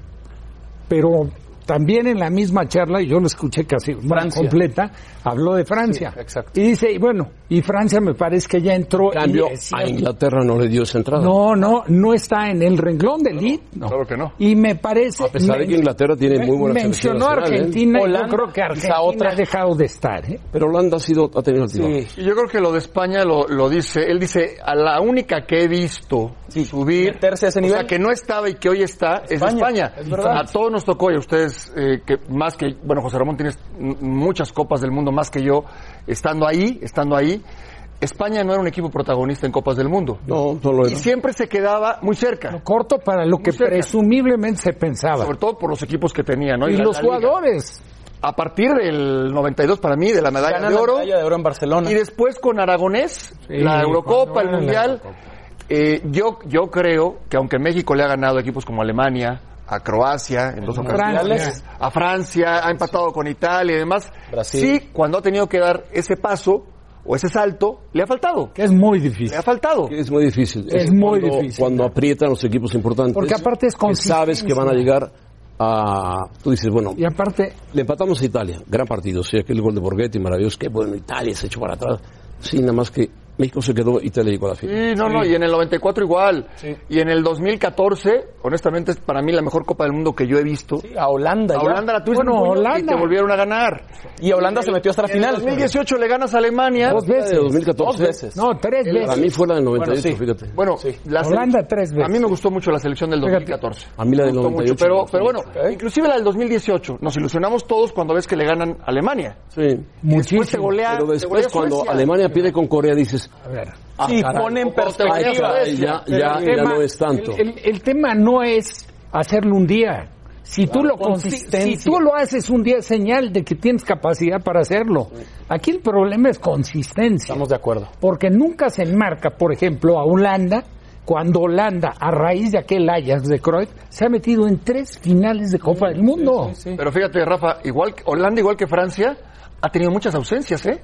Speaker 4: Pero también en la misma charla, y yo lo escuché casi bueno,
Speaker 3: Francia.
Speaker 4: completa, habló de Francia.
Speaker 3: Sí, exacto.
Speaker 4: Y dice, y bueno, y Francia me parece que ya entró.
Speaker 2: En cambio,
Speaker 4: y es
Speaker 2: a
Speaker 4: cierto.
Speaker 2: Inglaterra no le dio esa entrada.
Speaker 4: No, no, no está en el renglón del lead. No.
Speaker 5: claro que no.
Speaker 4: Y me parece.
Speaker 2: A pesar de que Inglaterra tiene muy buena selección
Speaker 4: Mencionó a
Speaker 2: nacional, ¿eh?
Speaker 4: Argentina, y
Speaker 3: Holanda,
Speaker 4: yo creo que
Speaker 3: quizá
Speaker 4: Argentina
Speaker 3: otra.
Speaker 4: ha dejado de estar. ¿eh?
Speaker 2: Pero Holanda ha, sido, ha tenido altibajos.
Speaker 5: Y yo creo que lo de España lo, lo dice. Él dice, a la única que he visto subir,
Speaker 3: meterse a ese nivel.
Speaker 5: o sea, que no estaba y que hoy está, es
Speaker 3: España,
Speaker 5: España.
Speaker 3: es verdad.
Speaker 5: A todos nos tocó, y a ustedes, eh, que más que, bueno, José Ramón, tienes m- muchas copas del mundo más que yo, estando ahí, estando ahí. España no era un equipo protagonista en Copas del Mundo.
Speaker 2: No, no lo
Speaker 5: Y
Speaker 2: era.
Speaker 5: siempre se quedaba muy cerca.
Speaker 4: Lo corto para lo que
Speaker 5: cerca.
Speaker 4: presumiblemente se pensaba.
Speaker 5: Sobre todo por los equipos que tenía, ¿no?
Speaker 4: y
Speaker 5: la-
Speaker 4: los
Speaker 5: la liga.
Speaker 4: jugadores.
Speaker 5: A partir del 92 para mí, de la medalla
Speaker 3: Ganan
Speaker 5: de
Speaker 3: la
Speaker 5: oro.
Speaker 3: medalla de oro en Barcelona.
Speaker 5: Y después con Aragonés,
Speaker 4: Sí,
Speaker 5: la Eurocopa, el
Speaker 4: cuando ganan la
Speaker 5: Mundial. Eh, yo, yo creo que aunque México le ha ganado a equipos como Alemania, a Croacia, en dos
Speaker 4: Francia.
Speaker 5: ocasiones, a Francia, ha empatado con Italia y demás,
Speaker 3: Brasil.
Speaker 5: sí, cuando ha tenido que dar ese paso o ese salto, le ha faltado.
Speaker 4: Que es muy
Speaker 5: Le
Speaker 4: difícil.
Speaker 5: ha faltado.
Speaker 2: Es muy difícil.
Speaker 4: Es muy
Speaker 2: cuando,
Speaker 4: difícil.
Speaker 2: Cuando aprietan los equipos importantes.
Speaker 4: Porque aparte es
Speaker 2: que sabes que van a
Speaker 4: consistencia.
Speaker 2: llegar a... Tú dices, bueno,
Speaker 4: Y aparte,
Speaker 2: le empatamos a Italia. Gran partido. Sí, aquel gol de Borghetti, maravilloso. Qué bueno, Italia se echó para atrás. Sí, nada más que México se quedó y Italia llegó a la
Speaker 4: Mm,
Speaker 2: final.
Speaker 5: Sí, no, no, y en el 94 igual. Y en el 2014, honestamente, es para mí la mejor Copa del Mundo que yo he visto.
Speaker 3: A Holanda.
Speaker 5: A
Speaker 3: ya.
Speaker 5: Holanda la tuviste
Speaker 4: Bueno,
Speaker 5: en puños y
Speaker 4: Holanda.
Speaker 5: te volvieron a ganar.
Speaker 3: Y Holanda se metió hasta la
Speaker 5: En el
Speaker 3: final.
Speaker 5: 2018 le ganas a Alemania.
Speaker 4: Dos
Speaker 2: La de
Speaker 4: veces.
Speaker 2: 2014.
Speaker 3: Dos veces.
Speaker 4: no, tres
Speaker 2: Para
Speaker 4: veces.
Speaker 2: mí fue la del 98,
Speaker 3: sí.
Speaker 2: fíjate.
Speaker 5: Bueno, la sele-
Speaker 4: Holanda tres veces.
Speaker 5: A mí me gustó mucho la selección del
Speaker 4: Fíjate.
Speaker 5: 2014.
Speaker 2: A mí la
Speaker 5: Me
Speaker 2: del
Speaker 5: gustó
Speaker 2: 98
Speaker 5: pero,
Speaker 2: me
Speaker 5: pero bueno,
Speaker 2: gustó ¿Eh?
Speaker 5: inclusive la del 2018. Nos ilusionamos todos cuando ves que le ganan a Alemania.
Speaker 2: Sí.
Speaker 5: Después te
Speaker 4: Muchísimo.
Speaker 5: golea,
Speaker 2: Pero
Speaker 5: te golea
Speaker 2: después, cuando
Speaker 5: Suecia.
Speaker 2: Alemania pierde con Corea, dices,
Speaker 4: A ver.
Speaker 2: ah,
Speaker 3: Sí,
Speaker 2: caray,
Speaker 3: pone en
Speaker 5: Como te golea
Speaker 2: ay,
Speaker 3: perspectiva.
Speaker 2: caray,
Speaker 5: Suecia.
Speaker 2: ya, ya,
Speaker 4: El
Speaker 2: ya
Speaker 4: tema-
Speaker 2: no es tanto.
Speaker 4: El, el- el tema no es hacerlo un día. Si tú, lo consi- si
Speaker 3: consistencia.
Speaker 4: tú lo haces un día, es señal de que tienes capacidad para hacerlo. Aquí el problema es consistencia.
Speaker 3: Estamos de acuerdo.
Speaker 4: Porque nunca se enmarca, por ejemplo, a Holanda, cuando Holanda, a raíz de aquel Ajax de Cruyff, se ha metido en tres finales de Copa del Mundo.
Speaker 5: Pero fíjate, Rafa, igual que- Holanda, igual que Francia, ha tenido muchas ausencias, ¿eh?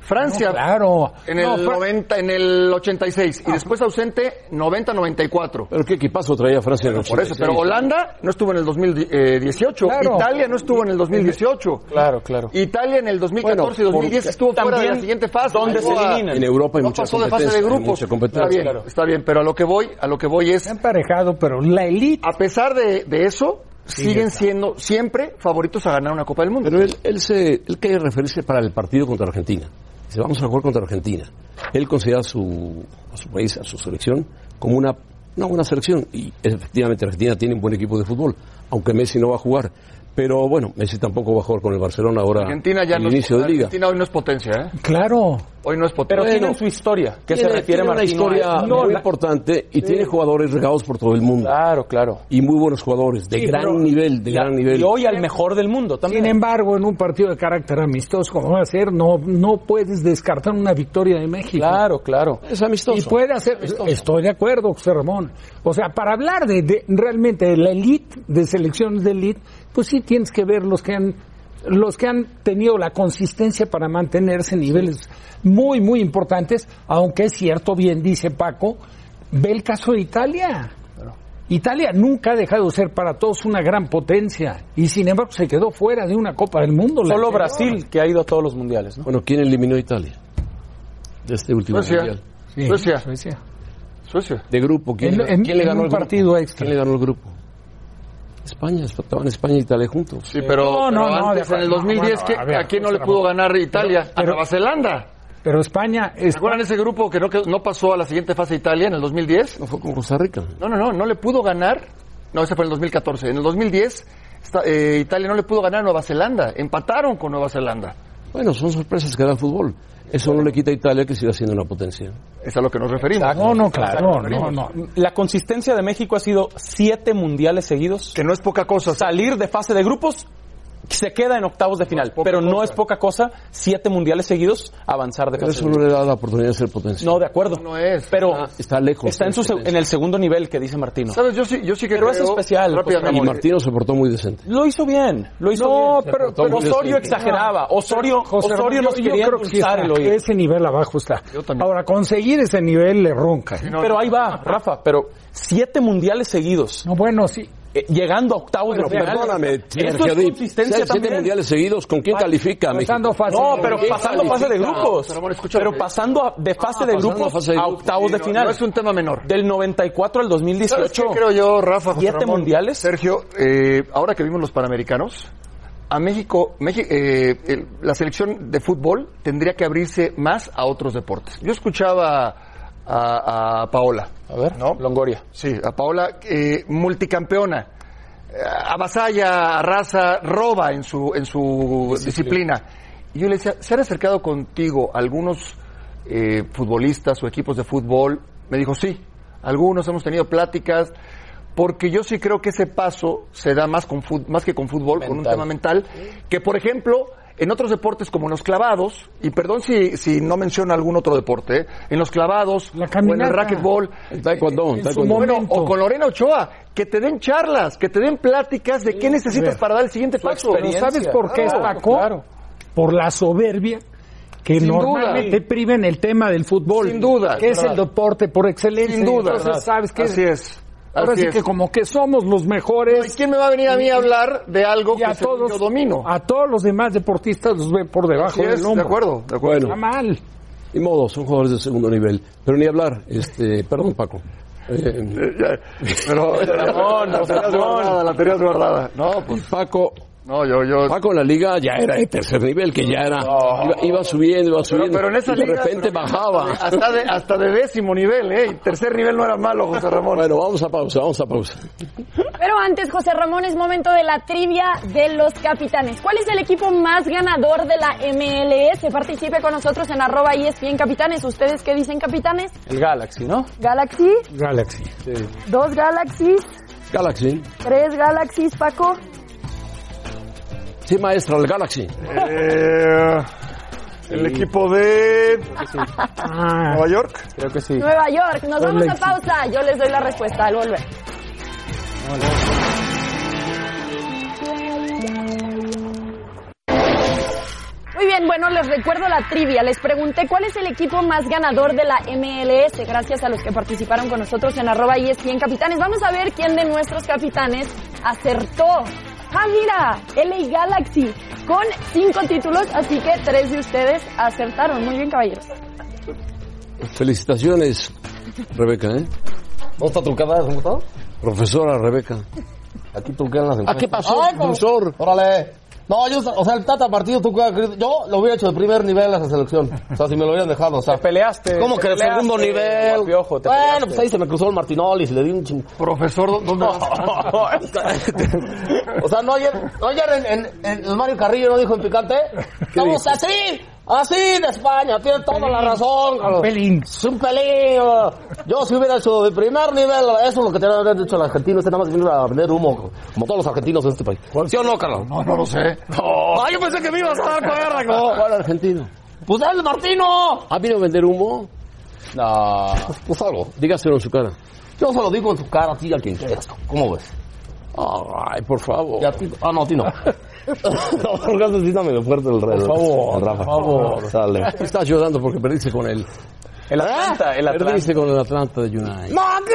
Speaker 5: Francia,
Speaker 4: No, claro.
Speaker 5: en el
Speaker 4: No, Fra-
Speaker 5: 90, en el 86 y después ausente 90-94.
Speaker 2: Pero qué equipazo traía Francia en el
Speaker 5: Por eso,
Speaker 2: 86.
Speaker 5: pero Holanda no estuvo en el 2018,
Speaker 4: Claro.
Speaker 5: Italia no estuvo en el 2018.
Speaker 3: Claro, claro.
Speaker 5: Italia en el 2014 y
Speaker 2: Bueno,
Speaker 5: 2010 estuvo fuera de la
Speaker 3: también,
Speaker 5: siguiente fase.
Speaker 3: ¿dónde
Speaker 5: Llegó
Speaker 3: se
Speaker 5: a-
Speaker 3: eliminan?
Speaker 2: En Europa hay
Speaker 5: No
Speaker 2: mucha
Speaker 5: pasó de fase de
Speaker 2: competencia, hay
Speaker 5: grupos.
Speaker 2: mucha competencia.
Speaker 5: Está bien,
Speaker 3: Claro.
Speaker 5: está bien, pero a lo que voy, a lo que voy es,
Speaker 4: Se ha emparejado, pero la elite.
Speaker 5: a pesar de, de eso, siguen siendo siempre favoritos a ganar una Copa del Mundo.
Speaker 2: Pero él, él, se, él quiere referirse para el partido contra Argentina. Dice, vamos a jugar contra Argentina. Él considera su, a su país, a su selección, como una, una buena selección. Y efectivamente Argentina tiene un buen equipo de fútbol, aunque Messi no va a jugar. Pero bueno, Messi tampoco va a jugar con el Barcelona ahora
Speaker 5: Argentina ya
Speaker 2: al
Speaker 5: no
Speaker 2: inicio
Speaker 5: es,
Speaker 2: de liga.
Speaker 5: Argentina hoy no es potencia, ¿eh?
Speaker 4: Claro.
Speaker 5: Hoy no es potencia.
Speaker 3: Pero
Speaker 2: Bueno,
Speaker 3: tienen su historia. ¿Qué se
Speaker 2: Tiene-
Speaker 3: refiere
Speaker 2: tiene una
Speaker 3: Martino a
Speaker 2: historia
Speaker 3: eso? No,
Speaker 2: muy
Speaker 3: la-
Speaker 2: importante y tiene jugadores regados por todo el mundo.
Speaker 3: Claro, claro.
Speaker 2: Y muy buenos jugadores, de
Speaker 4: Sí,
Speaker 2: gran
Speaker 4: pero-
Speaker 2: nivel, de gran nivel.
Speaker 3: Y hoy al mejor del mundo
Speaker 4: Sin
Speaker 3: también.
Speaker 4: embargo, en un partido de carácter amistoso como va a ser, no, no puedes descartar una victoria de México.
Speaker 3: Claro, claro. pues,
Speaker 2: es amistoso.
Speaker 4: Y puede hacer, estoy de acuerdo, José Ramón. O sea, para hablar de, de- realmente de la elite, de selecciones de elite, pues sí tienes que ver los que han los que han tenido la consistencia para mantenerse en niveles muy, muy importantes, aunque es cierto, bien dice Paco, ve el caso de Italia. Italia nunca ha dejado de ser para todos una gran potencia y sin embargo se quedó fuera de una Copa del Mundo. la
Speaker 3: Solo
Speaker 4: anterior.
Speaker 3: Brasil que ha ido a todos los mundiales, ¿no?
Speaker 2: Bueno, ¿quién eliminó a Italia? De este último
Speaker 5: Suecia.
Speaker 2: mundial.
Speaker 4: Sí,
Speaker 5: Suecia.
Speaker 4: Suecia.
Speaker 5: Suecia.
Speaker 2: De grupo, ¿quién,
Speaker 4: En-
Speaker 2: le-
Speaker 4: en-
Speaker 2: quién le
Speaker 4: en
Speaker 2: ganó
Speaker 4: un
Speaker 2: el grupo?
Speaker 4: partido extra.
Speaker 2: ¿Quién le ganó el grupo? España, estaban España e Italia juntos.
Speaker 5: Sí, pero,
Speaker 4: No, no,
Speaker 5: pero
Speaker 4: no,
Speaker 5: antes,
Speaker 4: de
Speaker 5: en el
Speaker 4: acuerdo.
Speaker 5: 2010,
Speaker 4: No,
Speaker 5: ¿qué-
Speaker 4: bueno, a ver,
Speaker 5: ¿a quién no le
Speaker 4: José Ramón.
Speaker 5: pudo ganar Italia?
Speaker 4: Pero-
Speaker 5: a Nueva Zelanda.
Speaker 4: Pero España
Speaker 5: ¿Se acuerdan ese grupo que no, que no pasó a la siguiente fase de Italia en el 2010?
Speaker 2: No fue con Costa Rica.
Speaker 5: No, no, no, no le pudo ganar. No, ese fue en el 2014. En el 2010, esta- eh, Italia no le pudo ganar a Nueva Zelanda. Empataron con Nueva Zelanda.
Speaker 2: Bueno, son sorpresas que da el fútbol. Eso no le quita a Italia que siga siendo una potencia.
Speaker 5: Es a lo que nos referimos.
Speaker 4: No, no, claro. No, no.
Speaker 3: La consistencia de México ha sido siete mundiales seguidos.
Speaker 5: Que no es poca cosa.
Speaker 3: Salir de fase de grupos se queda en octavos de final, pero no es poca cosa siete mundiales seguidos avanzar de
Speaker 2: Pero
Speaker 3: fase.
Speaker 2: eso
Speaker 3: de
Speaker 2: no
Speaker 3: grupos.
Speaker 2: le da la oportunidad de ser potencia.
Speaker 3: No, de acuerdo.
Speaker 5: No es.
Speaker 3: Pero
Speaker 2: Está lejos.
Speaker 3: está en, su, seg- en el segundo nivel que dice Martino.
Speaker 5: ¿Sabes? Yo sí, yo sí que
Speaker 3: Pero es
Speaker 5: creo-
Speaker 3: especial,
Speaker 5: Rápidamente,
Speaker 3: José
Speaker 2: Y
Speaker 3: Ramón.
Speaker 5: Ramón.
Speaker 2: Martino se portó muy decente.
Speaker 3: Lo hizo bien, lo hizo
Speaker 4: No,
Speaker 3: bien.
Speaker 4: pero-
Speaker 3: Se portó
Speaker 4: pero-
Speaker 3: muy Osorio
Speaker 2: decente.
Speaker 3: exageraba. Osorio,
Speaker 4: José Ramón,
Speaker 3: Osorio
Speaker 4: yo-
Speaker 3: nos
Speaker 4: yo
Speaker 3: quería eh.
Speaker 4: creo que sí
Speaker 3: impulsar
Speaker 4: está.
Speaker 3: el oído.
Speaker 4: Ese nivel abajo está.
Speaker 5: Yo también.
Speaker 4: Ahora, conseguir ese nivel le ronca. ¿eh?
Speaker 5: No,
Speaker 3: pero
Speaker 5: no.
Speaker 3: ahí va, Rafa, pero siete mundiales seguidos,
Speaker 4: No, bueno, sí.
Speaker 3: eh, llegando a octavos
Speaker 2: Bueno,
Speaker 3: de final.
Speaker 2: perdóname,
Speaker 3: Eso es
Speaker 2: Sergio Dip.
Speaker 3: consistencia
Speaker 2: Siete
Speaker 3: también.
Speaker 2: mundiales seguidos, ¿con quién califica México?
Speaker 4: Pasando fácil.
Speaker 3: No, pero
Speaker 2: ¿Qué
Speaker 3: pasando fase de
Speaker 2: califica?
Speaker 3: grupos.
Speaker 5: Ramón, escúchame.
Speaker 3: Pero Ah, pasando a- de fase de
Speaker 2: pasando
Speaker 3: grupos
Speaker 2: a fase de
Speaker 3: a
Speaker 2: grupos.
Speaker 3: octavos
Speaker 5: Sí,
Speaker 3: de
Speaker 5: no,
Speaker 3: final.
Speaker 5: no es un tema menor.
Speaker 3: Del 94 al
Speaker 5: ¿Sabes
Speaker 3: 2018.
Speaker 5: qué creo yo, Rafa, José
Speaker 3: ¿Siete
Speaker 5: Ramón?
Speaker 3: mundiales?
Speaker 5: Sergio, eh, ahora que vimos los Panamericanos, a México, Meji- eh, el- la selección de fútbol tendría que abrirse más a otros deportes. Yo escuchaba a, a Paola.
Speaker 3: A ver,
Speaker 5: ¿no?
Speaker 3: Longoria.
Speaker 5: Sí, a Paola, eh, multicampeona. eh, Avasalla, arrasa, roba en su, en su disciplina. Y yo le decía, ¿se han acercado contigo algunos eh, futbolistas o equipos de fútbol? Me dijo, sí, algunos hemos tenido pláticas, porque yo sí creo que ese paso se da más, con fut- más que con fútbol, con un
Speaker 3: Mental.
Speaker 5: tema mental, que por ejemplo, en otros deportes como los clavados, y perdón si, si no menciono algún otro deporte, ¿eh? en los clavados,
Speaker 4: La
Speaker 5: o en el eh,
Speaker 4: caminata.
Speaker 5: racquetball,
Speaker 2: El taekwondo, el
Speaker 4: su
Speaker 2: taekwondo.
Speaker 4: momento.
Speaker 5: bueno, o con Lorena Ochoa, que te den charlas, que te den pláticas de qué necesitas
Speaker 4: Sí.
Speaker 5: para dar el siguiente paso.
Speaker 4: Pero
Speaker 3: experiencia.
Speaker 4: ¿sabes por qué,
Speaker 5: Claro,
Speaker 4: Paco?
Speaker 5: claro.
Speaker 4: Por la soberbia que
Speaker 5: Sin
Speaker 4: normalmente
Speaker 5: duda.
Speaker 4: priven el tema del fútbol.
Speaker 5: Sin duda,
Speaker 4: Que es
Speaker 5: verdad.
Speaker 4: el deporte por excelencia.
Speaker 5: Sin duda.
Speaker 4: Entonces, ¿sabes qué?
Speaker 5: Así es.
Speaker 4: Ahora
Speaker 5: así
Speaker 4: sí
Speaker 5: es.
Speaker 4: que como que somos los
Speaker 5: ¿Y
Speaker 4: mejores
Speaker 5: quién me va a venir a mí a hablar de algo
Speaker 4: y a
Speaker 5: que según
Speaker 4: todos,
Speaker 5: yo domino?
Speaker 4: a todos los demás deportistas los ven por debajo
Speaker 5: Así es,
Speaker 4: del hombro.
Speaker 5: de acuerdo, de acuerdo.
Speaker 2: Bueno,
Speaker 4: Está mal.
Speaker 2: ni modo, son jugadores de segundo nivel. Pero ni hablar, este, perdón Paco. Eh,
Speaker 5: Pero Ramón, la tenías guardada, la tenías guardada. No, pues
Speaker 2: Paco,
Speaker 5: no, yo yo
Speaker 2: Paco en la liga ya era de tercer nivel, que ya era, iba, iba subiendo, iba
Speaker 5: pero,
Speaker 2: subiendo,
Speaker 5: pero en esa
Speaker 2: y de
Speaker 5: liga,
Speaker 2: repente
Speaker 5: pero-
Speaker 2: bajaba.
Speaker 5: Hasta de, hasta de décimo nivel, ¿eh? Y Tercer nivel no era malo, José Ramón.
Speaker 2: Bueno, vamos a pausa, vamos a pausa.
Speaker 7: Pero antes, José Ramón, es momento de la trivia de los capitanes. ¿Cuál es el equipo más ganador de la MLS? Participe con nosotros en arroba E ESPN Capitanes. ¿Ustedes qué dicen, capitanes?
Speaker 3: El Galaxy, ¿no?
Speaker 7: ¿Galaxy?
Speaker 4: Galaxy.
Speaker 7: ¿Dos Galaxies?
Speaker 2: Galaxy.
Speaker 7: ¿Tres Galaxies, Paco?
Speaker 2: Sí, maestra, el Galaxy.
Speaker 5: Eh, el equipo de
Speaker 4: Ah,
Speaker 5: Nueva York.
Speaker 3: Creo que sí.
Speaker 7: Nueva York. Nos vamos a
Speaker 4: Galaxy.
Speaker 7: pausa. Yo les doy la respuesta al volver. Muy bien, bueno, les recuerdo la trivia. Les pregunté cuál es el equipo más ganador de la MLS, gracias a los que participaron con nosotros en arroba ESPN Capitanes. Vamos a ver quién de nuestros capitanes acertó. Ah, mira, LA Galaxy, con cinco títulos, así que tres de ustedes acertaron. Muy bien, caballeros.
Speaker 2: Felicitaciones, Rebeca, ¿eh?
Speaker 9: ¿Vos está trucada la computadora?
Speaker 2: Profesora Rebeca.
Speaker 9: Aquí truquean las encuestas.
Speaker 2: qué pasó, profesor?
Speaker 9: pues, Órale. No, yo, o sea, el Tata partido tú crees- Yo lo hubiera hecho de primer nivel a esa selección. O sea, si me lo hubieran dejado, o sea.
Speaker 3: Te peleaste.
Speaker 9: ¿Cómo
Speaker 3: te
Speaker 9: que de
Speaker 3: peleaste,
Speaker 9: segundo nivel?
Speaker 3: guapiojo, te
Speaker 9: bueno,
Speaker 3: peleaste.
Speaker 9: pues ahí se me cruzó el Martinoli y le di un ching...
Speaker 5: Profesor, ¿dó- ¿dónde vas?
Speaker 9: o sea, no ayer, no ayer en, en- en el Mario Carrillo no dijo en picante. Estamos así, así de España, tiene toda la razón. Carlos.
Speaker 4: pelín.
Speaker 9: Es un pelín. eh. Yo si hubiera hecho de primer nivel, eso es lo que te habían dicho los argentinos, este nada más vino a vender humo, como todos los argentinos en este país. ¿Sí o no, Carlos?
Speaker 5: No, no lo sé.
Speaker 9: Ah, yo pensé que me ibas a dar cuerda, ¿no?
Speaker 2: ¿Cuál argentino?
Speaker 9: Pues el Martino.
Speaker 2: ¿Ha vino a vender humo?
Speaker 9: No, pues algo.
Speaker 2: Dígaselo en su cara.
Speaker 9: Yo se lo digo en su cara a ti y a quien quieras. ¿Cómo ves?
Speaker 2: Ay, por favor.
Speaker 9: Y a ti- ah, no, a ti no. no, porque haces está medio fuerte el rey.
Speaker 2: Por favor,
Speaker 9: el Rafa.
Speaker 2: por favor.
Speaker 9: Sale.
Speaker 2: Estás llorando porque perdiste con él.
Speaker 3: El Atlanta, el Atlanta.
Speaker 2: Perdiste con el Atlanta de United.
Speaker 9: No, ¿qué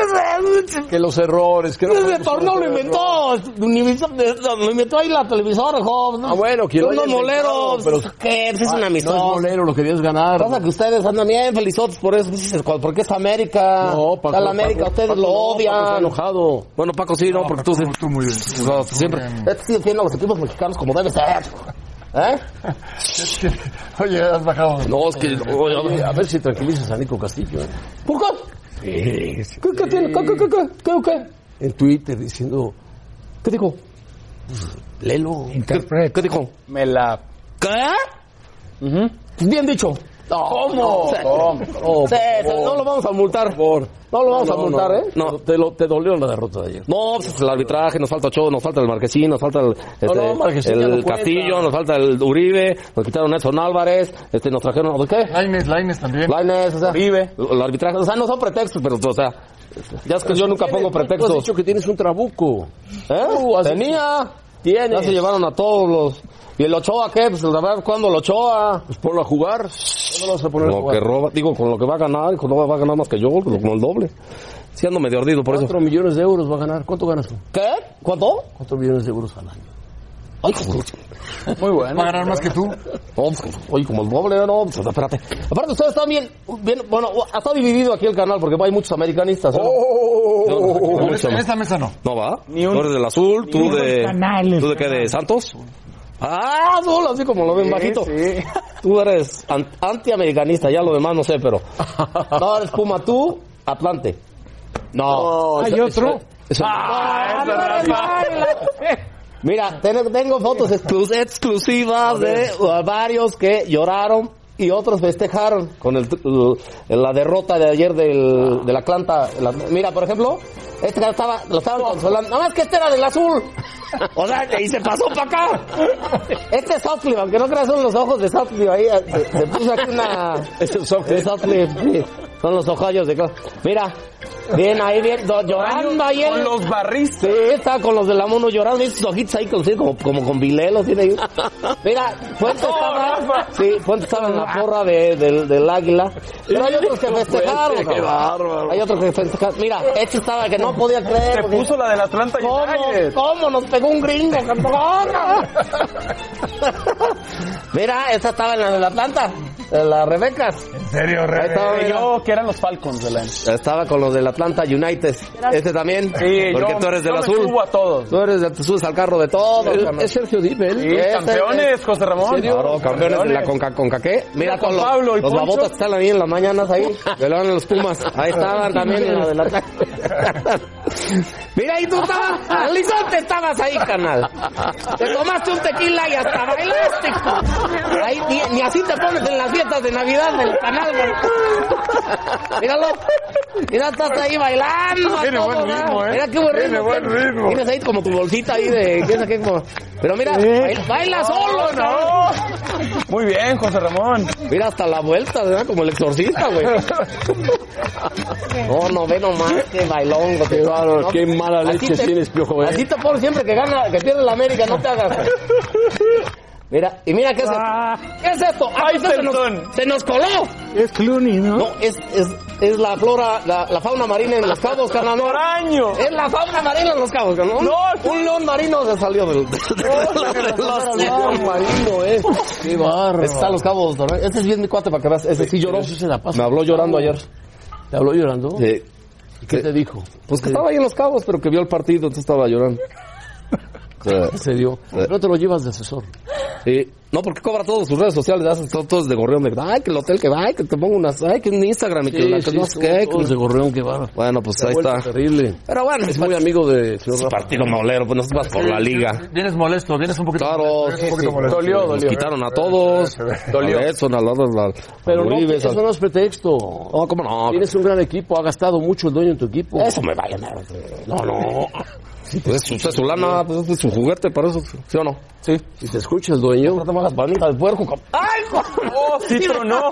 Speaker 9: se...
Speaker 2: Que los errores, que no
Speaker 9: Ese
Speaker 2: puedes-
Speaker 9: torneo lo inventó, lo inventó, lo inventó ahí la televisora, joven.
Speaker 2: Ah, bueno, que lo
Speaker 9: Son unos
Speaker 2: haya inventado,
Speaker 9: moleros,
Speaker 2: pero- Ah,
Speaker 9: que es una
Speaker 2: No es
Speaker 9: amistad.
Speaker 2: bolero, lo querías ganar.
Speaker 9: Pasa que ustedes andan bien felizotes por eso, dices, porque es América,
Speaker 2: No,
Speaker 9: Está la América,
Speaker 2: Paco-
Speaker 9: ustedes
Speaker 2: Paco
Speaker 9: lo
Speaker 2: no, Paco está
Speaker 9: odian.
Speaker 2: enojado.
Speaker 9: Bueno, Paco, sí, no, porque tú, sí-
Speaker 5: Tú muy bien.
Speaker 9: no, siempre. Este sí defiende a los equipos mexicanos como debe ser. ¿Eh?
Speaker 5: Oye, has bajado.
Speaker 2: No, es que. oye, a ver- a ver si tranquilizas a Nico Castillo. ¿eh?
Speaker 9: ¿Por qué? ¿Qué, qué tiene? ¿Qué, qué, qué, qué, qué, qué?
Speaker 2: En Twitter diciendo. "Pues,
Speaker 9: ¿Qué dijo?
Speaker 2: Lelo.
Speaker 9: ¿Qué,
Speaker 4: Interpreta.
Speaker 9: qué dijo?
Speaker 3: Me la...
Speaker 9: ¿Qué?
Speaker 10: Pues bien dicho. ¿Cómo?
Speaker 2: Oh,
Speaker 10: Sí, sí,
Speaker 2: por
Speaker 10: no lo vamos a multar.
Speaker 2: favor.
Speaker 10: No lo vamos a multar,
Speaker 2: no.
Speaker 10: ¿eh?
Speaker 2: No, te, lo- te dolió la derrota de ayer.
Speaker 9: No, pues el arbitraje, nos falta Ochoa, nos falta el Marquesín, nos falta el, este,
Speaker 10: no, Marquesín ya
Speaker 9: el
Speaker 10: no cuenta.
Speaker 9: Castillo, nos falta el Uribe, nos quitaron Edson Álvarez, este, nos trajeron, ¿qué?
Speaker 5: Laines, Laines también.
Speaker 9: Lainez, o sea,
Speaker 3: Uribe.
Speaker 9: el arbitraje, o sea, no son pretextos, pero, o sea, ya es que yo nunca pongo
Speaker 2: Tú has
Speaker 9: pretextos.
Speaker 2: dicho que tienes un trabuco. Uh,
Speaker 9: ¿Eh? Tenía, ya se llevaron a todos los... ¿Y el Ochoa qué? Pues la verdad, ¿cuándo el Ochoa?
Speaker 2: Pues ponlo a jugar. ¿Cuándo lo vas a poner a
Speaker 9: Lo que
Speaker 2: jugar?
Speaker 9: roba, digo, con lo que va a ganar, con lo que va a ganar más que yo, con el doble. Sí ando medio ardido por eso.
Speaker 2: 4 millones de euros va a ganar. ¿Cuánto ganas tú?
Speaker 10: ¿Qué? ¿Cuánto?
Speaker 2: 4 millones de euros al año.
Speaker 9: Ay, joder.
Speaker 3: Muy bueno.
Speaker 5: Va a ganar más que tú.
Speaker 9: No, pues, oye, como el doble, no, pues, espérate. Aparte, ustedes están bien, bien, bueno, está dividido aquí el canal porque hay muchos americanistas. ¿no?
Speaker 3: Oh.
Speaker 9: No,
Speaker 10: Oh,
Speaker 9: no, aquí no hay
Speaker 5: En
Speaker 9: muchos
Speaker 5: esta- en esta mesa no.
Speaker 9: No va.
Speaker 3: Ni un-
Speaker 9: tú eres del azul, tú
Speaker 4: un
Speaker 9: de.
Speaker 4: canal, el
Speaker 9: ¿Tú de qué? ¿De Santos? Ah, azul, así como lo ven bajito. Tú eres an- antiamericanista, ya lo demás no sé, pero. No, eres Puma, tú, Atlante. No.
Speaker 4: Hay
Speaker 9: eso-
Speaker 4: otro.
Speaker 9: eso- eso-
Speaker 10: Ah,
Speaker 9: Mira, tengo, tengo fotos exclu- exclusivas de uh, varios que lloraron y otros festejaron con el, el- la derrota de ayer del, de la Atlanta. La- mira, por ejemplo, este que estaba, lo estaban consolando. Nada más que este era del azul. O sea, y se pasó para acá. Este es Sutcliffe, aunque no creas, son los ojos de Sutcliffe. Ahí eh, se, se puso aquí una...
Speaker 2: Es el software.
Speaker 9: Es Sutcliffe, sí. Son los ojos de... Mira, bien ahí, bien, do- llorando ayer.
Speaker 3: Con los barristas.
Speaker 9: Sí, está con los de la mono llorando, esos ojitos ahí con- sí, como, como con vilelos tiene ahí. Mira, Fuente estaba, sí, Fuente estaba en la porra de, del, del águila. Pero hay otros que festejaron.
Speaker 2: Fuente, qué
Speaker 9: cabrón.
Speaker 2: bárbaro.
Speaker 9: Hay otros que festejaron. Mira, este estaba que no podía creer.
Speaker 3: Se
Speaker 9: porque-
Speaker 3: puso la del Atlanta
Speaker 9: ¿Cómo?
Speaker 3: United.
Speaker 9: ¿Cómo? Nos pegó un gringo, campeón. Mira, esta estaba en la de la planta, en las Rebecas.
Speaker 5: En serio,
Speaker 9: Ahí estaba,
Speaker 3: Y Eh,
Speaker 9: mira.
Speaker 3: Yo, que eran los Falcons de la
Speaker 9: Estaba con los del Atlanta United. Este también.
Speaker 3: Sí,
Speaker 9: porque
Speaker 3: yo-
Speaker 9: tú eres
Speaker 3: yo
Speaker 9: del
Speaker 3: me
Speaker 9: azul.
Speaker 3: subo a todos.
Speaker 9: Tú eres del, te subes al carro de todos. carnal.
Speaker 2: Es Sergio Dibel.
Speaker 3: Sí,
Speaker 9: Ese-
Speaker 3: campeones, José Ramón.
Speaker 9: Claro, campeones de la Conca, Conca qué. Mira, con los,
Speaker 3: Pablo y
Speaker 9: los
Speaker 3: Poncho.
Speaker 9: babotas que están ahí en las mañanas ahí. Que le van a los Pumas. Ahí estaban también en la de la Mira, ahí tú estabas, Alizonte estabas ahí, canal. Te tomaste un tequila y hasta bailaste. hijo. Ahí, ni, ni así te pones en las fiestas de Navidad del canal, güey. Míralo. Mira, estás ahí bailando. a
Speaker 5: Tiene
Speaker 9: todo
Speaker 5: buen
Speaker 9: dar.
Speaker 5: ritmo, ¿eh?
Speaker 9: Mira qué buen
Speaker 5: Tiene
Speaker 9: ritmo.
Speaker 5: buen ritmo.
Speaker 9: Tienes ahí como tu bolsita ahí de... ¿qué es aquel como- Pero mira, baila, baila solo, cabrón.
Speaker 3: Muy bien, José Ramón.
Speaker 9: Mira hasta la vuelta, ¿verdad? Como el exorcista, güey. No, no ve nomás, qué bailongo. Qué,
Speaker 2: bárbaro, qué mala leche tienes, Piojo, ¿eh?
Speaker 9: Así te pongo siempre que gana, que pierde la América, no te hagas. güey. Mira, y mira qué es esto. ¿Qué es esto? Ah, pues esto se, nos, se nos coló.
Speaker 4: Es Clooney, ¿no?
Speaker 9: No, es, es, es la flora, la, la fauna marina en los cabos, carnal. no.
Speaker 3: ¡Año!
Speaker 9: Es la fauna marina en los cabos, carnal. No, un león marino se salió del. león marino, eh.
Speaker 2: Qué bárbaro.
Speaker 9: Está los cabos, ¿no? Este es bien mi cuate para que veas. Este sí lloró.
Speaker 2: Pero sí se la pasa.
Speaker 9: Me habló llorando ayer.
Speaker 2: ¿Te habló llorando?
Speaker 9: Sí.
Speaker 2: ¿Y ¿Qué te dijo?
Speaker 9: Pues que estaba ahí en los cabos, pero que vio el partido, entonces estaba llorando. O sea,
Speaker 2: Se dio. No te lo llevas de asesor.
Speaker 9: sí. No, porque cobra todos sus redes sociales, hace todo- todos de gorrión. De, ay, que el hotel que va, ay, que te pongo unas, ay, que un Instagram y que la que no sé qué. que-
Speaker 2: todos de gorreón, qué bárbaro.
Speaker 9: Bueno, pues
Speaker 2: Se ha
Speaker 9: ahí
Speaker 2: vuelto
Speaker 9: está.
Speaker 2: Terrible.
Speaker 9: Pero bueno, pues
Speaker 2: Es muy amigo de señor
Speaker 9: Es un
Speaker 2: Rafa.
Speaker 9: partido molero, pues no vas por la liga.
Speaker 5: Vienes molesto, vienes un poquito
Speaker 9: Claro,
Speaker 5: molesto, vienes un poquito molesto.
Speaker 3: Dolió,
Speaker 9: Nos
Speaker 3: dolió.
Speaker 9: quitaron a todos. Dolió. A Edson, a los
Speaker 2: Pero no,
Speaker 9: Uribe,
Speaker 2: eso no es pretexto.
Speaker 9: No, ¿cómo no?
Speaker 2: Tienes un gran equipo, ha gastado mucho el dueño en tu equipo.
Speaker 9: Eso me va a ganar. No, no. Pues es su, es su lana, pues es su juguete, para eso, ¿sí o no?
Speaker 3: Sí.
Speaker 2: Si te escucha el dueño,
Speaker 9: No te hagas panita del puerco, cabrón. ¡Ay,
Speaker 3: ¡Oh, sí tronó!
Speaker 9: no!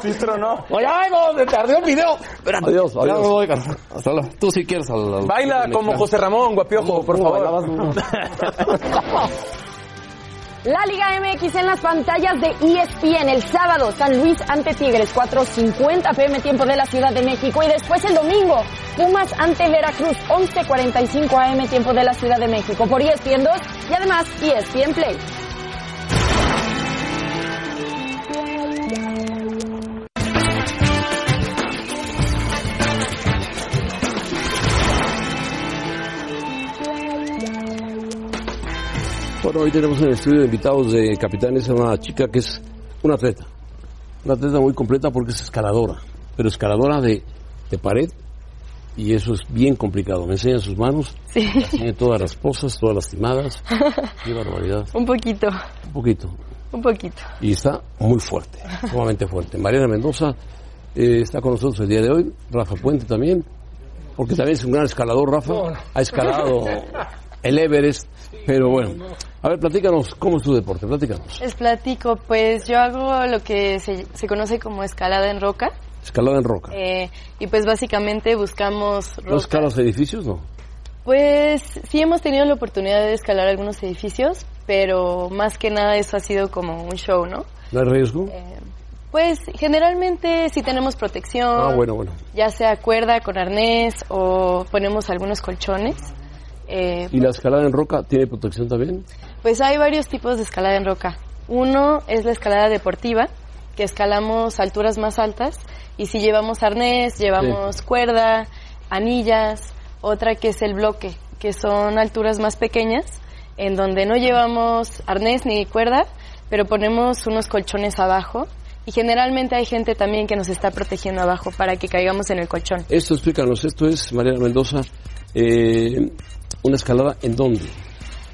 Speaker 3: Sí tronó.
Speaker 9: Oye, ay, no, se tardó el video. Espérate.
Speaker 2: Adiós,
Speaker 9: Ya
Speaker 2: adiós.
Speaker 9: me voy, carnal. Hasta luego. Tú sí quieres al... al-
Speaker 3: Baila como José Ramón, guapiojo, por
Speaker 9: ¿Cómo
Speaker 3: favor.
Speaker 9: bailabas?
Speaker 7: La Liga MX en las pantallas de E ESPN el sábado, San Luis ante Tigres, 4.50 pm tiempo de la Ciudad de México. Y después el domingo, Pumas ante Veracruz, 11.45 am tiempo de la Ciudad de México por E ESPN 2 y además E ESPN Play.
Speaker 2: Bueno, hoy tenemos en el estudio de invitados de Capitanes a una chica que es una atleta. Una atleta muy completa porque es escaladora, pero escaladora de, de pared y eso es bien complicado. Me enseña sus manos, tiene todas las pozas, todas lastimadas. Qué barbaridad.
Speaker 7: Un poquito.
Speaker 2: Un poquito.
Speaker 7: Un poquito.
Speaker 2: y está muy fuerte, sumamente fuerte. Mariana Mendoza eh, está con nosotros el día de hoy, Rafa Puente también, porque también es un gran escalador, Rafa. Ha escalado el Everest, pero bueno. A ver, platícanos, ¿cómo es tu deporte? Platícanos.
Speaker 11: Les platico, pues yo hago lo que se, se conoce como escalada en roca
Speaker 2: Escalada en roca.
Speaker 11: eh, y pues básicamente buscamos roca.
Speaker 2: ¿No escalas edificios? No.
Speaker 11: Pues sí hemos tenido la oportunidad de escalar algunos edificios, pero más que nada eso ha sido como un show, ¿no?
Speaker 2: ¿No hay riesgo?
Speaker 11: Pues generalmente sí tenemos protección,
Speaker 2: Ah, bueno, bueno.
Speaker 11: ya sea cuerda con arnés o ponemos algunos colchones. eh,
Speaker 2: ¿Y la escalada en roca tiene protección también?
Speaker 11: Pues hay varios tipos de escalada en roca. Uno es la escalada deportiva, que escalamos a alturas más altas y si llevamos arnés, llevamos cuerda, anillas, otra que es el bloque, que son alturas más pequeñas en donde no llevamos arnés ni cuerda, pero ponemos unos colchones abajo y generalmente hay gente también que nos está protegiendo abajo para que caigamos en el colchón.
Speaker 2: Esto explícanos, esto es, Mariana Mendoza, eh, una escalada en dónde?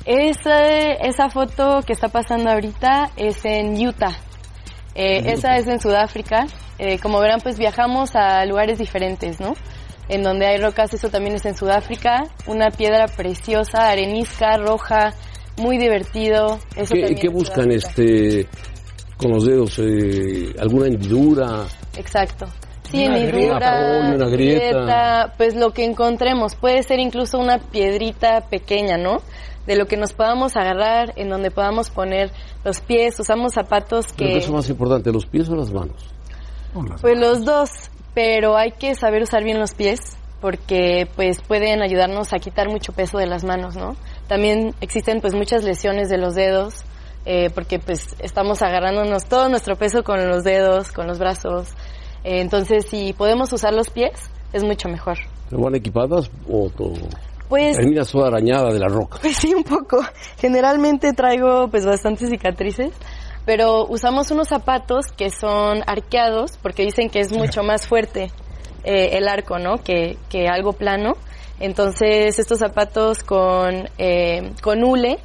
Speaker 11: Esa, esa foto que está pasando ahorita es en Utah. Eh,
Speaker 2: En
Speaker 11: esa es en Sudáfrica. Eh, como verán, pues viajamos a lugares diferentes, ¿no? En donde hay rocas, eso también es en Sudáfrica. Una piedra preciosa, arenisca, roja, muy divertido. Eso
Speaker 2: ¿Qué,
Speaker 11: también
Speaker 2: qué
Speaker 11: en
Speaker 2: buscan
Speaker 11: Sudáfrica.
Speaker 2: este con los dedos? eh, ¿Alguna hendidura?
Speaker 11: Exacto. Sí,
Speaker 2: este? Una
Speaker 11: en
Speaker 2: grieta. Apoyo, una grieta.
Speaker 11: pues lo que encontremos. Puede ser incluso una piedrita pequeña, ¿no? De lo que nos podamos agarrar, en donde podamos poner los pies, usamos zapatos
Speaker 2: Creo que
Speaker 11: que...
Speaker 2: eso es más importante, los pies o las manos.
Speaker 11: Pues los dos, pero hay que saber usar bien los pies porque pues pueden ayudarnos a quitar mucho peso de las manos, ¿no? También existen pues muchas lesiones de los dedos eh, porque pues estamos agarrándonos todo nuestro peso con los dedos, con los brazos. Eh, entonces si podemos usar los pies es mucho mejor.
Speaker 2: ¿Pero van equipadas o todo?
Speaker 11: Pues
Speaker 2: terminas toda arañada de la roca?
Speaker 11: Pues sí, un poco. Generalmente traigo pues bastantes cicatrices, pero usamos unos zapatos que son arqueados porque dicen que es mucho más fuerte eh, el arco, ¿no? Que, que algo plano. Entonces estos zapatos con, eh, con hule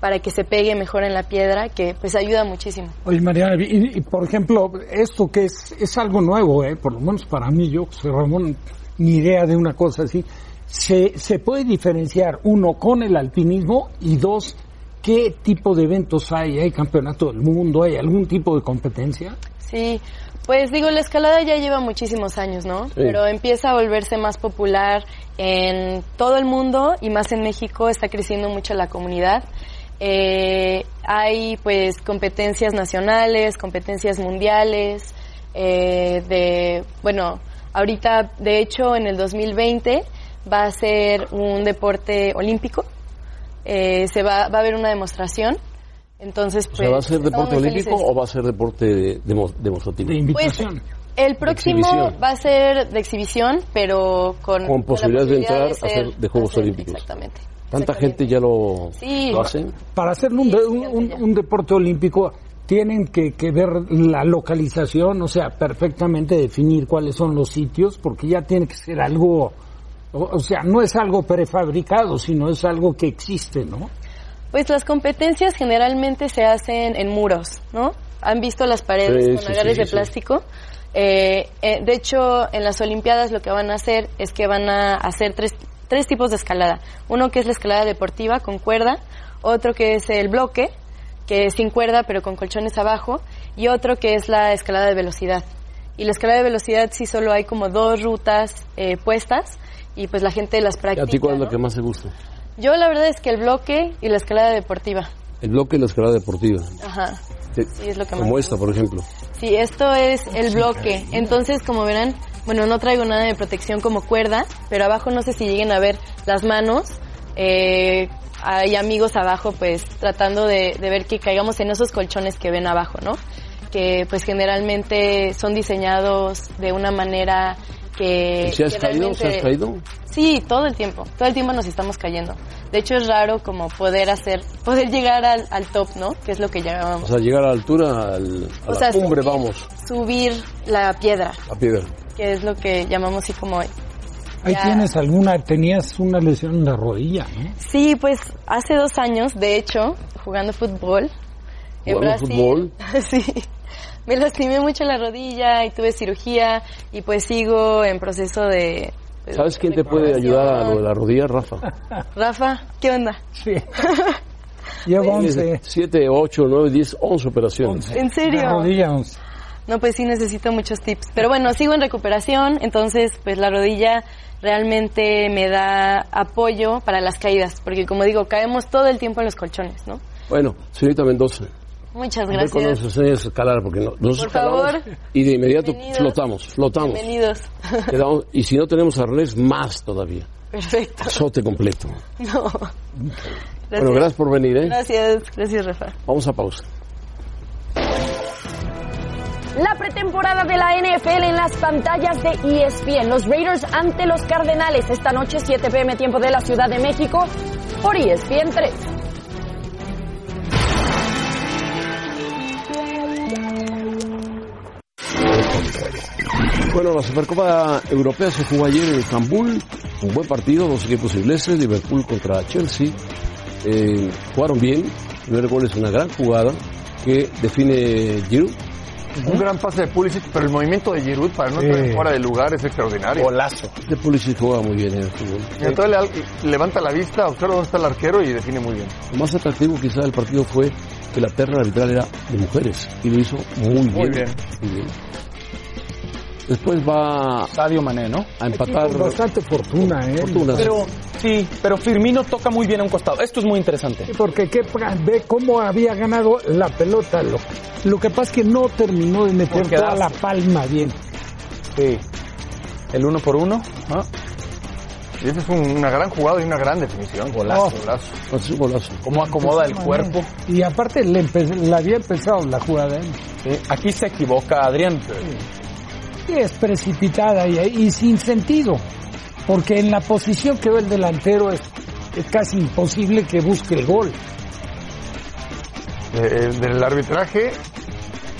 Speaker 11: para que se pegue mejor en la piedra, que pues ayuda muchísimo.
Speaker 4: Oye, Mariana, y, y, por ejemplo, esto que es, es algo nuevo, ¿eh? por lo menos para mí, yo, José Ramón, ni idea de una cosa así. Se, se puede diferenciar, uno, con el alpinismo y dos, ¿qué tipo de eventos hay? ¿Hay campeonato del mundo? ¿Hay algún tipo de competencia?
Speaker 11: Sí, pues digo, la escalada ya lleva muchísimos años, ¿no? Pero empieza a volverse más popular en todo el mundo y más en México, está creciendo mucho la comunidad. Eh, hay pues competencias nacionales, competencias mundiales, eh, de, bueno, ahorita de hecho en el 2020 va a ser un deporte olímpico, Eh, se va, va a haber una demostración, entonces
Speaker 2: O
Speaker 11: pues...
Speaker 2: sea, ¿va a ser
Speaker 11: estamos
Speaker 2: deporte
Speaker 11: muy
Speaker 2: olímpico
Speaker 11: felices.
Speaker 2: o va a ser deporte de- demo- demostrativo?
Speaker 11: Pues el próximo
Speaker 2: exhibición.
Speaker 11: va a ser de exhibición, pero con,
Speaker 2: Con
Speaker 11: la
Speaker 2: posibilidades de entrar
Speaker 11: posibilidad
Speaker 2: a
Speaker 11: ser-
Speaker 2: hacer de Juegos
Speaker 11: hacer-
Speaker 2: Olímpicos.
Speaker 11: Exactamente.
Speaker 2: ¿Tanta gente ya lo,
Speaker 11: Sí.
Speaker 2: lo hace?
Speaker 4: Para hacer un, de- un, un- un deporte olímpico, tienen que, que ver la localización, o sea, perfectamente definir cuáles son los sitios, porque ya tiene que ser algo, o, o sea, no es algo prefabricado, sino es algo que existe, ¿no?
Speaker 11: Pues las competencias generalmente se hacen en muros, ¿no? Han visto las paredes
Speaker 4: Sí,
Speaker 11: con
Speaker 4: sí,
Speaker 11: agares
Speaker 4: sí,
Speaker 11: de
Speaker 4: sí.
Speaker 11: plástico. Eh, eh, de hecho, en las Olimpiadas lo que van a hacer es que van a hacer tres, tres tipos de escalada. Uno que es la escalada deportiva con cuerda, otro que es el bloque, que es sin cuerda pero con colchones abajo, y otro que es la escalada de velocidad. Y la escalada de velocidad sí solo hay como dos rutas eh, puestas y pues la gente las
Speaker 2: ¿A ti
Speaker 11: practica.
Speaker 2: cuál es la que más te gusta?
Speaker 11: Yo la verdad es que el bloque y la escalada deportiva.
Speaker 2: El bloque y la escalada deportiva.
Speaker 11: Ajá.
Speaker 2: Sí,
Speaker 11: Sí, es lo que más
Speaker 2: Como
Speaker 11: me
Speaker 2: esta, por ejemplo.
Speaker 11: Sí, esto es el bloque. Entonces, como verán, bueno, no traigo nada de protección como cuerda, pero abajo no sé si lleguen a ver las manos. Eh, hay amigos abajo, pues, tratando de, de ver que caigamos en esos colchones que ven abajo, ¿no? Que, pues, generalmente son diseñados de una manera que...
Speaker 2: ¿Y si has
Speaker 11: Eh, que
Speaker 2: caído? ¿Se has
Speaker 11: realmente-
Speaker 2: caído?
Speaker 11: Sí, todo el tiempo. Todo el tiempo nos estamos cayendo. De hecho, es raro como poder hacer, poder llegar al, al top, ¿no? Que es lo que llamamos
Speaker 2: O sea, llegar a la altura, al, a
Speaker 11: O
Speaker 2: la
Speaker 11: sea, sí.
Speaker 2: cumbre, vamos,
Speaker 11: subir la piedra,
Speaker 2: a piedra.
Speaker 11: que es lo que llamamos así como...
Speaker 4: Ahí
Speaker 11: ya-
Speaker 4: tienes alguna, tenías una lesión en la rodilla, ¿no?
Speaker 11: Sí, pues hace dos años, de hecho, jugando fútbol, en
Speaker 2: ¿Jugando
Speaker 11: Brasil.
Speaker 2: fútbol?
Speaker 11: sí. Me lastimé mucho la rodilla y tuve cirugía y pues sigo en proceso de... pues,
Speaker 2: ¿Sabes quién te puede ayudar a lo de la rodilla, Rafa?
Speaker 11: Rafa, ¿qué onda?
Speaker 4: Sí.
Speaker 2: Llevo 11. 7, 8, 9, 10, 11 operaciones.
Speaker 11: ¿En serio? La rodilla, No, pues sí necesito muchos tips. Pero bueno, sigo en recuperación, entonces pues la rodilla realmente me da apoyo para las caídas, porque como digo, caemos todo el tiempo en los colchones, ¿no?
Speaker 2: Bueno, señorita Mendoza,
Speaker 11: Muchas
Speaker 2: ve con
Speaker 11: gracias.
Speaker 2: los enseñes a escalar porque no- nos
Speaker 11: Por
Speaker 2: escalamos
Speaker 11: favor.
Speaker 2: y de inmediato
Speaker 11: Bienvenidos.
Speaker 2: flotamos, flotamos.
Speaker 11: Bienvenidos.
Speaker 2: Quedamos- y si no tenemos arnés, más todavía.
Speaker 11: Perfecto.
Speaker 2: Sote completo.
Speaker 11: No.
Speaker 2: Bueno, gracias por venir, ¿eh?
Speaker 11: Gracias, gracias Rafa.
Speaker 2: Vamos a pausa.
Speaker 7: La pretemporada de la NFL en las pantallas de E ESPN. Los Raiders ante los Cardenales esta noche 7 pm tiempo de la Ciudad de México por E ESPN 3.
Speaker 2: Bueno, la Supercopa Europea se jugó ayer en Estambul. Un buen partido, dos equipos ingleses, Liverpool contra Chelsea. Eh, jugaron bien. El primer gol es una gran jugada que define Giroud.
Speaker 5: Un gran pase de Pulisic, pero el movimiento de Giroud para no
Speaker 2: Sí.
Speaker 5: estar fuera de lugar es extraordinario. Golazo.
Speaker 2: Este Pulisic juega muy bien en el fútbol.
Speaker 5: levanta la vista, observa dónde está el arquero y define muy bien.
Speaker 2: Lo más atractivo quizá del partido fue que la terna arbitral era de mujeres y lo hizo muy bien.
Speaker 5: Muy bien.
Speaker 2: Muy bien. Después va
Speaker 3: Sadio Mané, ¿no?
Speaker 2: a empatar.
Speaker 3: Con bastante
Speaker 4: fortuna, ¿eh?
Speaker 3: Pero, sí, pero Firmino toca muy bien a un costado. Esto es muy interesante.
Speaker 4: Porque qué pra- ve cómo había ganado la pelota. Lo, lo que pasa es que no terminó de meter
Speaker 3: Por quedarse.
Speaker 4: toda la palma bien.
Speaker 3: Sí. El uno por uno.
Speaker 5: Y esa es un- una gran jugada y una gran definición. Golazo,
Speaker 4: Oh.
Speaker 5: golazo.
Speaker 2: Es un golazo.
Speaker 3: ¿Cómo acomoda el cuerpo?
Speaker 4: Y aparte le, empe- le había empezado la jugada. ¿eh?
Speaker 3: Sí, Aquí se equivoca Adrián.
Speaker 4: Y es precipitada y, y sin sentido. Porque en la posición que ve el delantero es, es casi imposible que busque el gol.
Speaker 5: Eh, del arbitraje,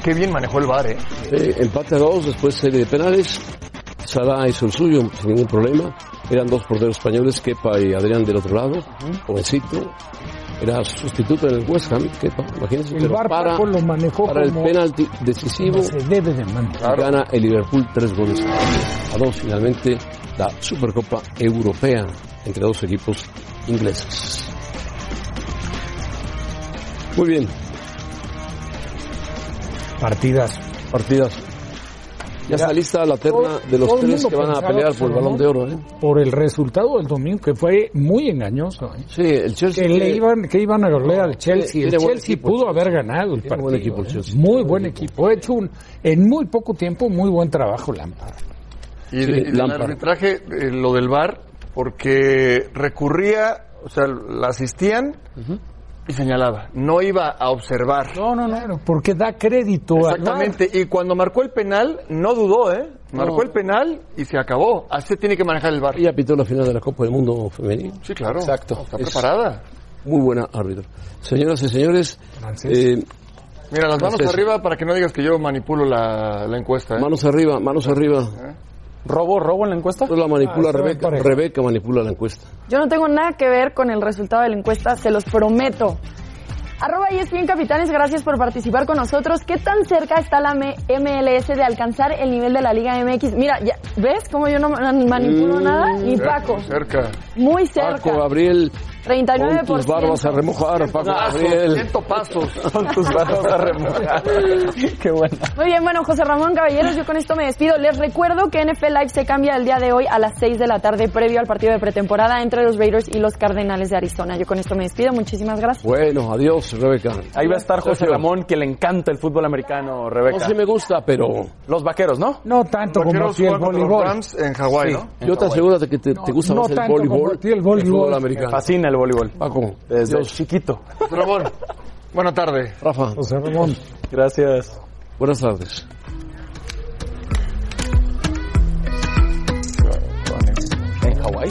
Speaker 5: qué bien manejó el VAR, ¿eh?
Speaker 2: Eh, empate a dos, después serie de penales. Salah hizo el suyo sin ningún problema. Eran dos porteros españoles, Kepa y Adrián del otro lado, jovencito. Era sustituto en el West Ham, Kepa, imagínense.
Speaker 4: El
Speaker 2: pero
Speaker 4: VAR
Speaker 2: para,
Speaker 4: Paco, lo manejó
Speaker 2: para el
Speaker 4: como-
Speaker 2: penalti decisivo.
Speaker 4: como se debe de manejar.
Speaker 2: Gana el Liverpool tres goles a dos. Finalmente, la Supercopa Europea entre dos equipos ingleses. Muy bien.
Speaker 4: Partidas.
Speaker 2: Partidas. Ya, está lista la terna de los
Speaker 4: Todo el
Speaker 2: tres
Speaker 4: mundo
Speaker 2: que van a
Speaker 4: pensaba
Speaker 2: pelear por el
Speaker 4: Salomón
Speaker 2: balón de oro. ¿eh?
Speaker 4: Por el resultado del domingo, que fue muy engañoso. ¿eh?
Speaker 2: Sí, el Chelsea.
Speaker 4: Que, le
Speaker 2: tiene-
Speaker 4: iban, que iban a golear al Chelsea.
Speaker 2: tiene
Speaker 4: el
Speaker 2: buen
Speaker 4: Chelsea
Speaker 2: equipo,
Speaker 4: pudo haber ganado el
Speaker 2: Tiene
Speaker 4: partido.
Speaker 2: buen equipo el
Speaker 4: ¿eh?
Speaker 2: Chelsea.
Speaker 4: Muy buen equipo. Ha hecho un, en muy poco tiempo muy buen trabajo Lampard.
Speaker 5: Y,
Speaker 4: Sí,
Speaker 5: de- y del
Speaker 4: Lampard.
Speaker 5: arbitraje, eh, lo del VAR, porque recurría, o sea, la asistían y señalaba. No iba a observar.
Speaker 4: No, no, no. Porque da crédito al
Speaker 5: Exactamente, y cuando marcó el penal, no dudó, ¿eh? Marcó
Speaker 2: No.
Speaker 5: el penal y se acabó. Así se tiene que manejar el VAR.
Speaker 2: Ya pitó la final de la Copa del Mundo Femenil.
Speaker 5: Sí, claro.
Speaker 2: Exacto.
Speaker 5: Está
Speaker 2: Es
Speaker 5: preparada.
Speaker 2: Muy buena árbitro. Señoras y señores, eh,
Speaker 5: Mira, las manos
Speaker 2: Francesa.
Speaker 5: arriba para que no digas que yo manipulo la, la encuesta. ¿eh?
Speaker 2: manos arriba, manos arriba.
Speaker 3: ¿Robo, robo en la encuesta?
Speaker 2: La manipula
Speaker 3: Ah, está
Speaker 2: Rebeca.
Speaker 3: parejo.
Speaker 2: Rebeca manipula la encuesta.
Speaker 7: Yo no tengo nada que ver con el resultado de la encuesta, se los prometo. Arroba ESPN Capitanes, gracias por participar con nosotros. ¿Qué tan cerca está la M- MLS de alcanzar el nivel de la Liga MX? Mira, ya, ¿ves cómo yo no ma- manipulo nada? Ni Paco.
Speaker 5: Cerca.
Speaker 7: Muy cerca.
Speaker 2: Mm, Paco Gabriel. Con tus
Speaker 7: 39%.
Speaker 2: barbas a remojar, Paco
Speaker 5: Pasos,
Speaker 2: Gabriel.
Speaker 5: 100 Ah, pasos. Son tus manos a remojar. Qué bueno.
Speaker 7: Muy bien, bueno, José Ramón Caballeros, yo con esto me despido. Les recuerdo que NFL Live se cambia el día de hoy a las 6 de la tarde previo al partido de pretemporada entre los Raiders y los Cardenales de Arizona. Yo con esto me despido, muchísimas gracias.
Speaker 2: Bueno, adiós, Rebeca.
Speaker 3: Ahí va a estar José
Speaker 2: Sergio.
Speaker 3: Ramón, que le encanta el fútbol americano, Rebeca.
Speaker 2: No sé si me gusta, pero
Speaker 3: Los vaqueros, ¿no?
Speaker 4: No tanto como
Speaker 5: Vaqueros
Speaker 4: si el
Speaker 5: juegan contra los
Speaker 4: voleibol.
Speaker 5: Rams en Hawái,
Speaker 3: Sí.
Speaker 5: ¿no?
Speaker 2: yo te aseguro de que te, te gusta
Speaker 4: no
Speaker 2: más el
Speaker 4: tanto como
Speaker 2: voleibol,
Speaker 4: a ti el
Speaker 2: que
Speaker 4: voleibol.
Speaker 2: fútbol
Speaker 3: Me
Speaker 2: americano.
Speaker 3: fascina el voleibol.
Speaker 2: Paco,
Speaker 3: Desde
Speaker 2: Dios.
Speaker 3: chiquito.
Speaker 5: Ramón, buena tarde.
Speaker 2: Rafa,
Speaker 4: José Ramón.
Speaker 3: Gracias.
Speaker 2: buenas tardes.
Speaker 3: ¿En Hawái?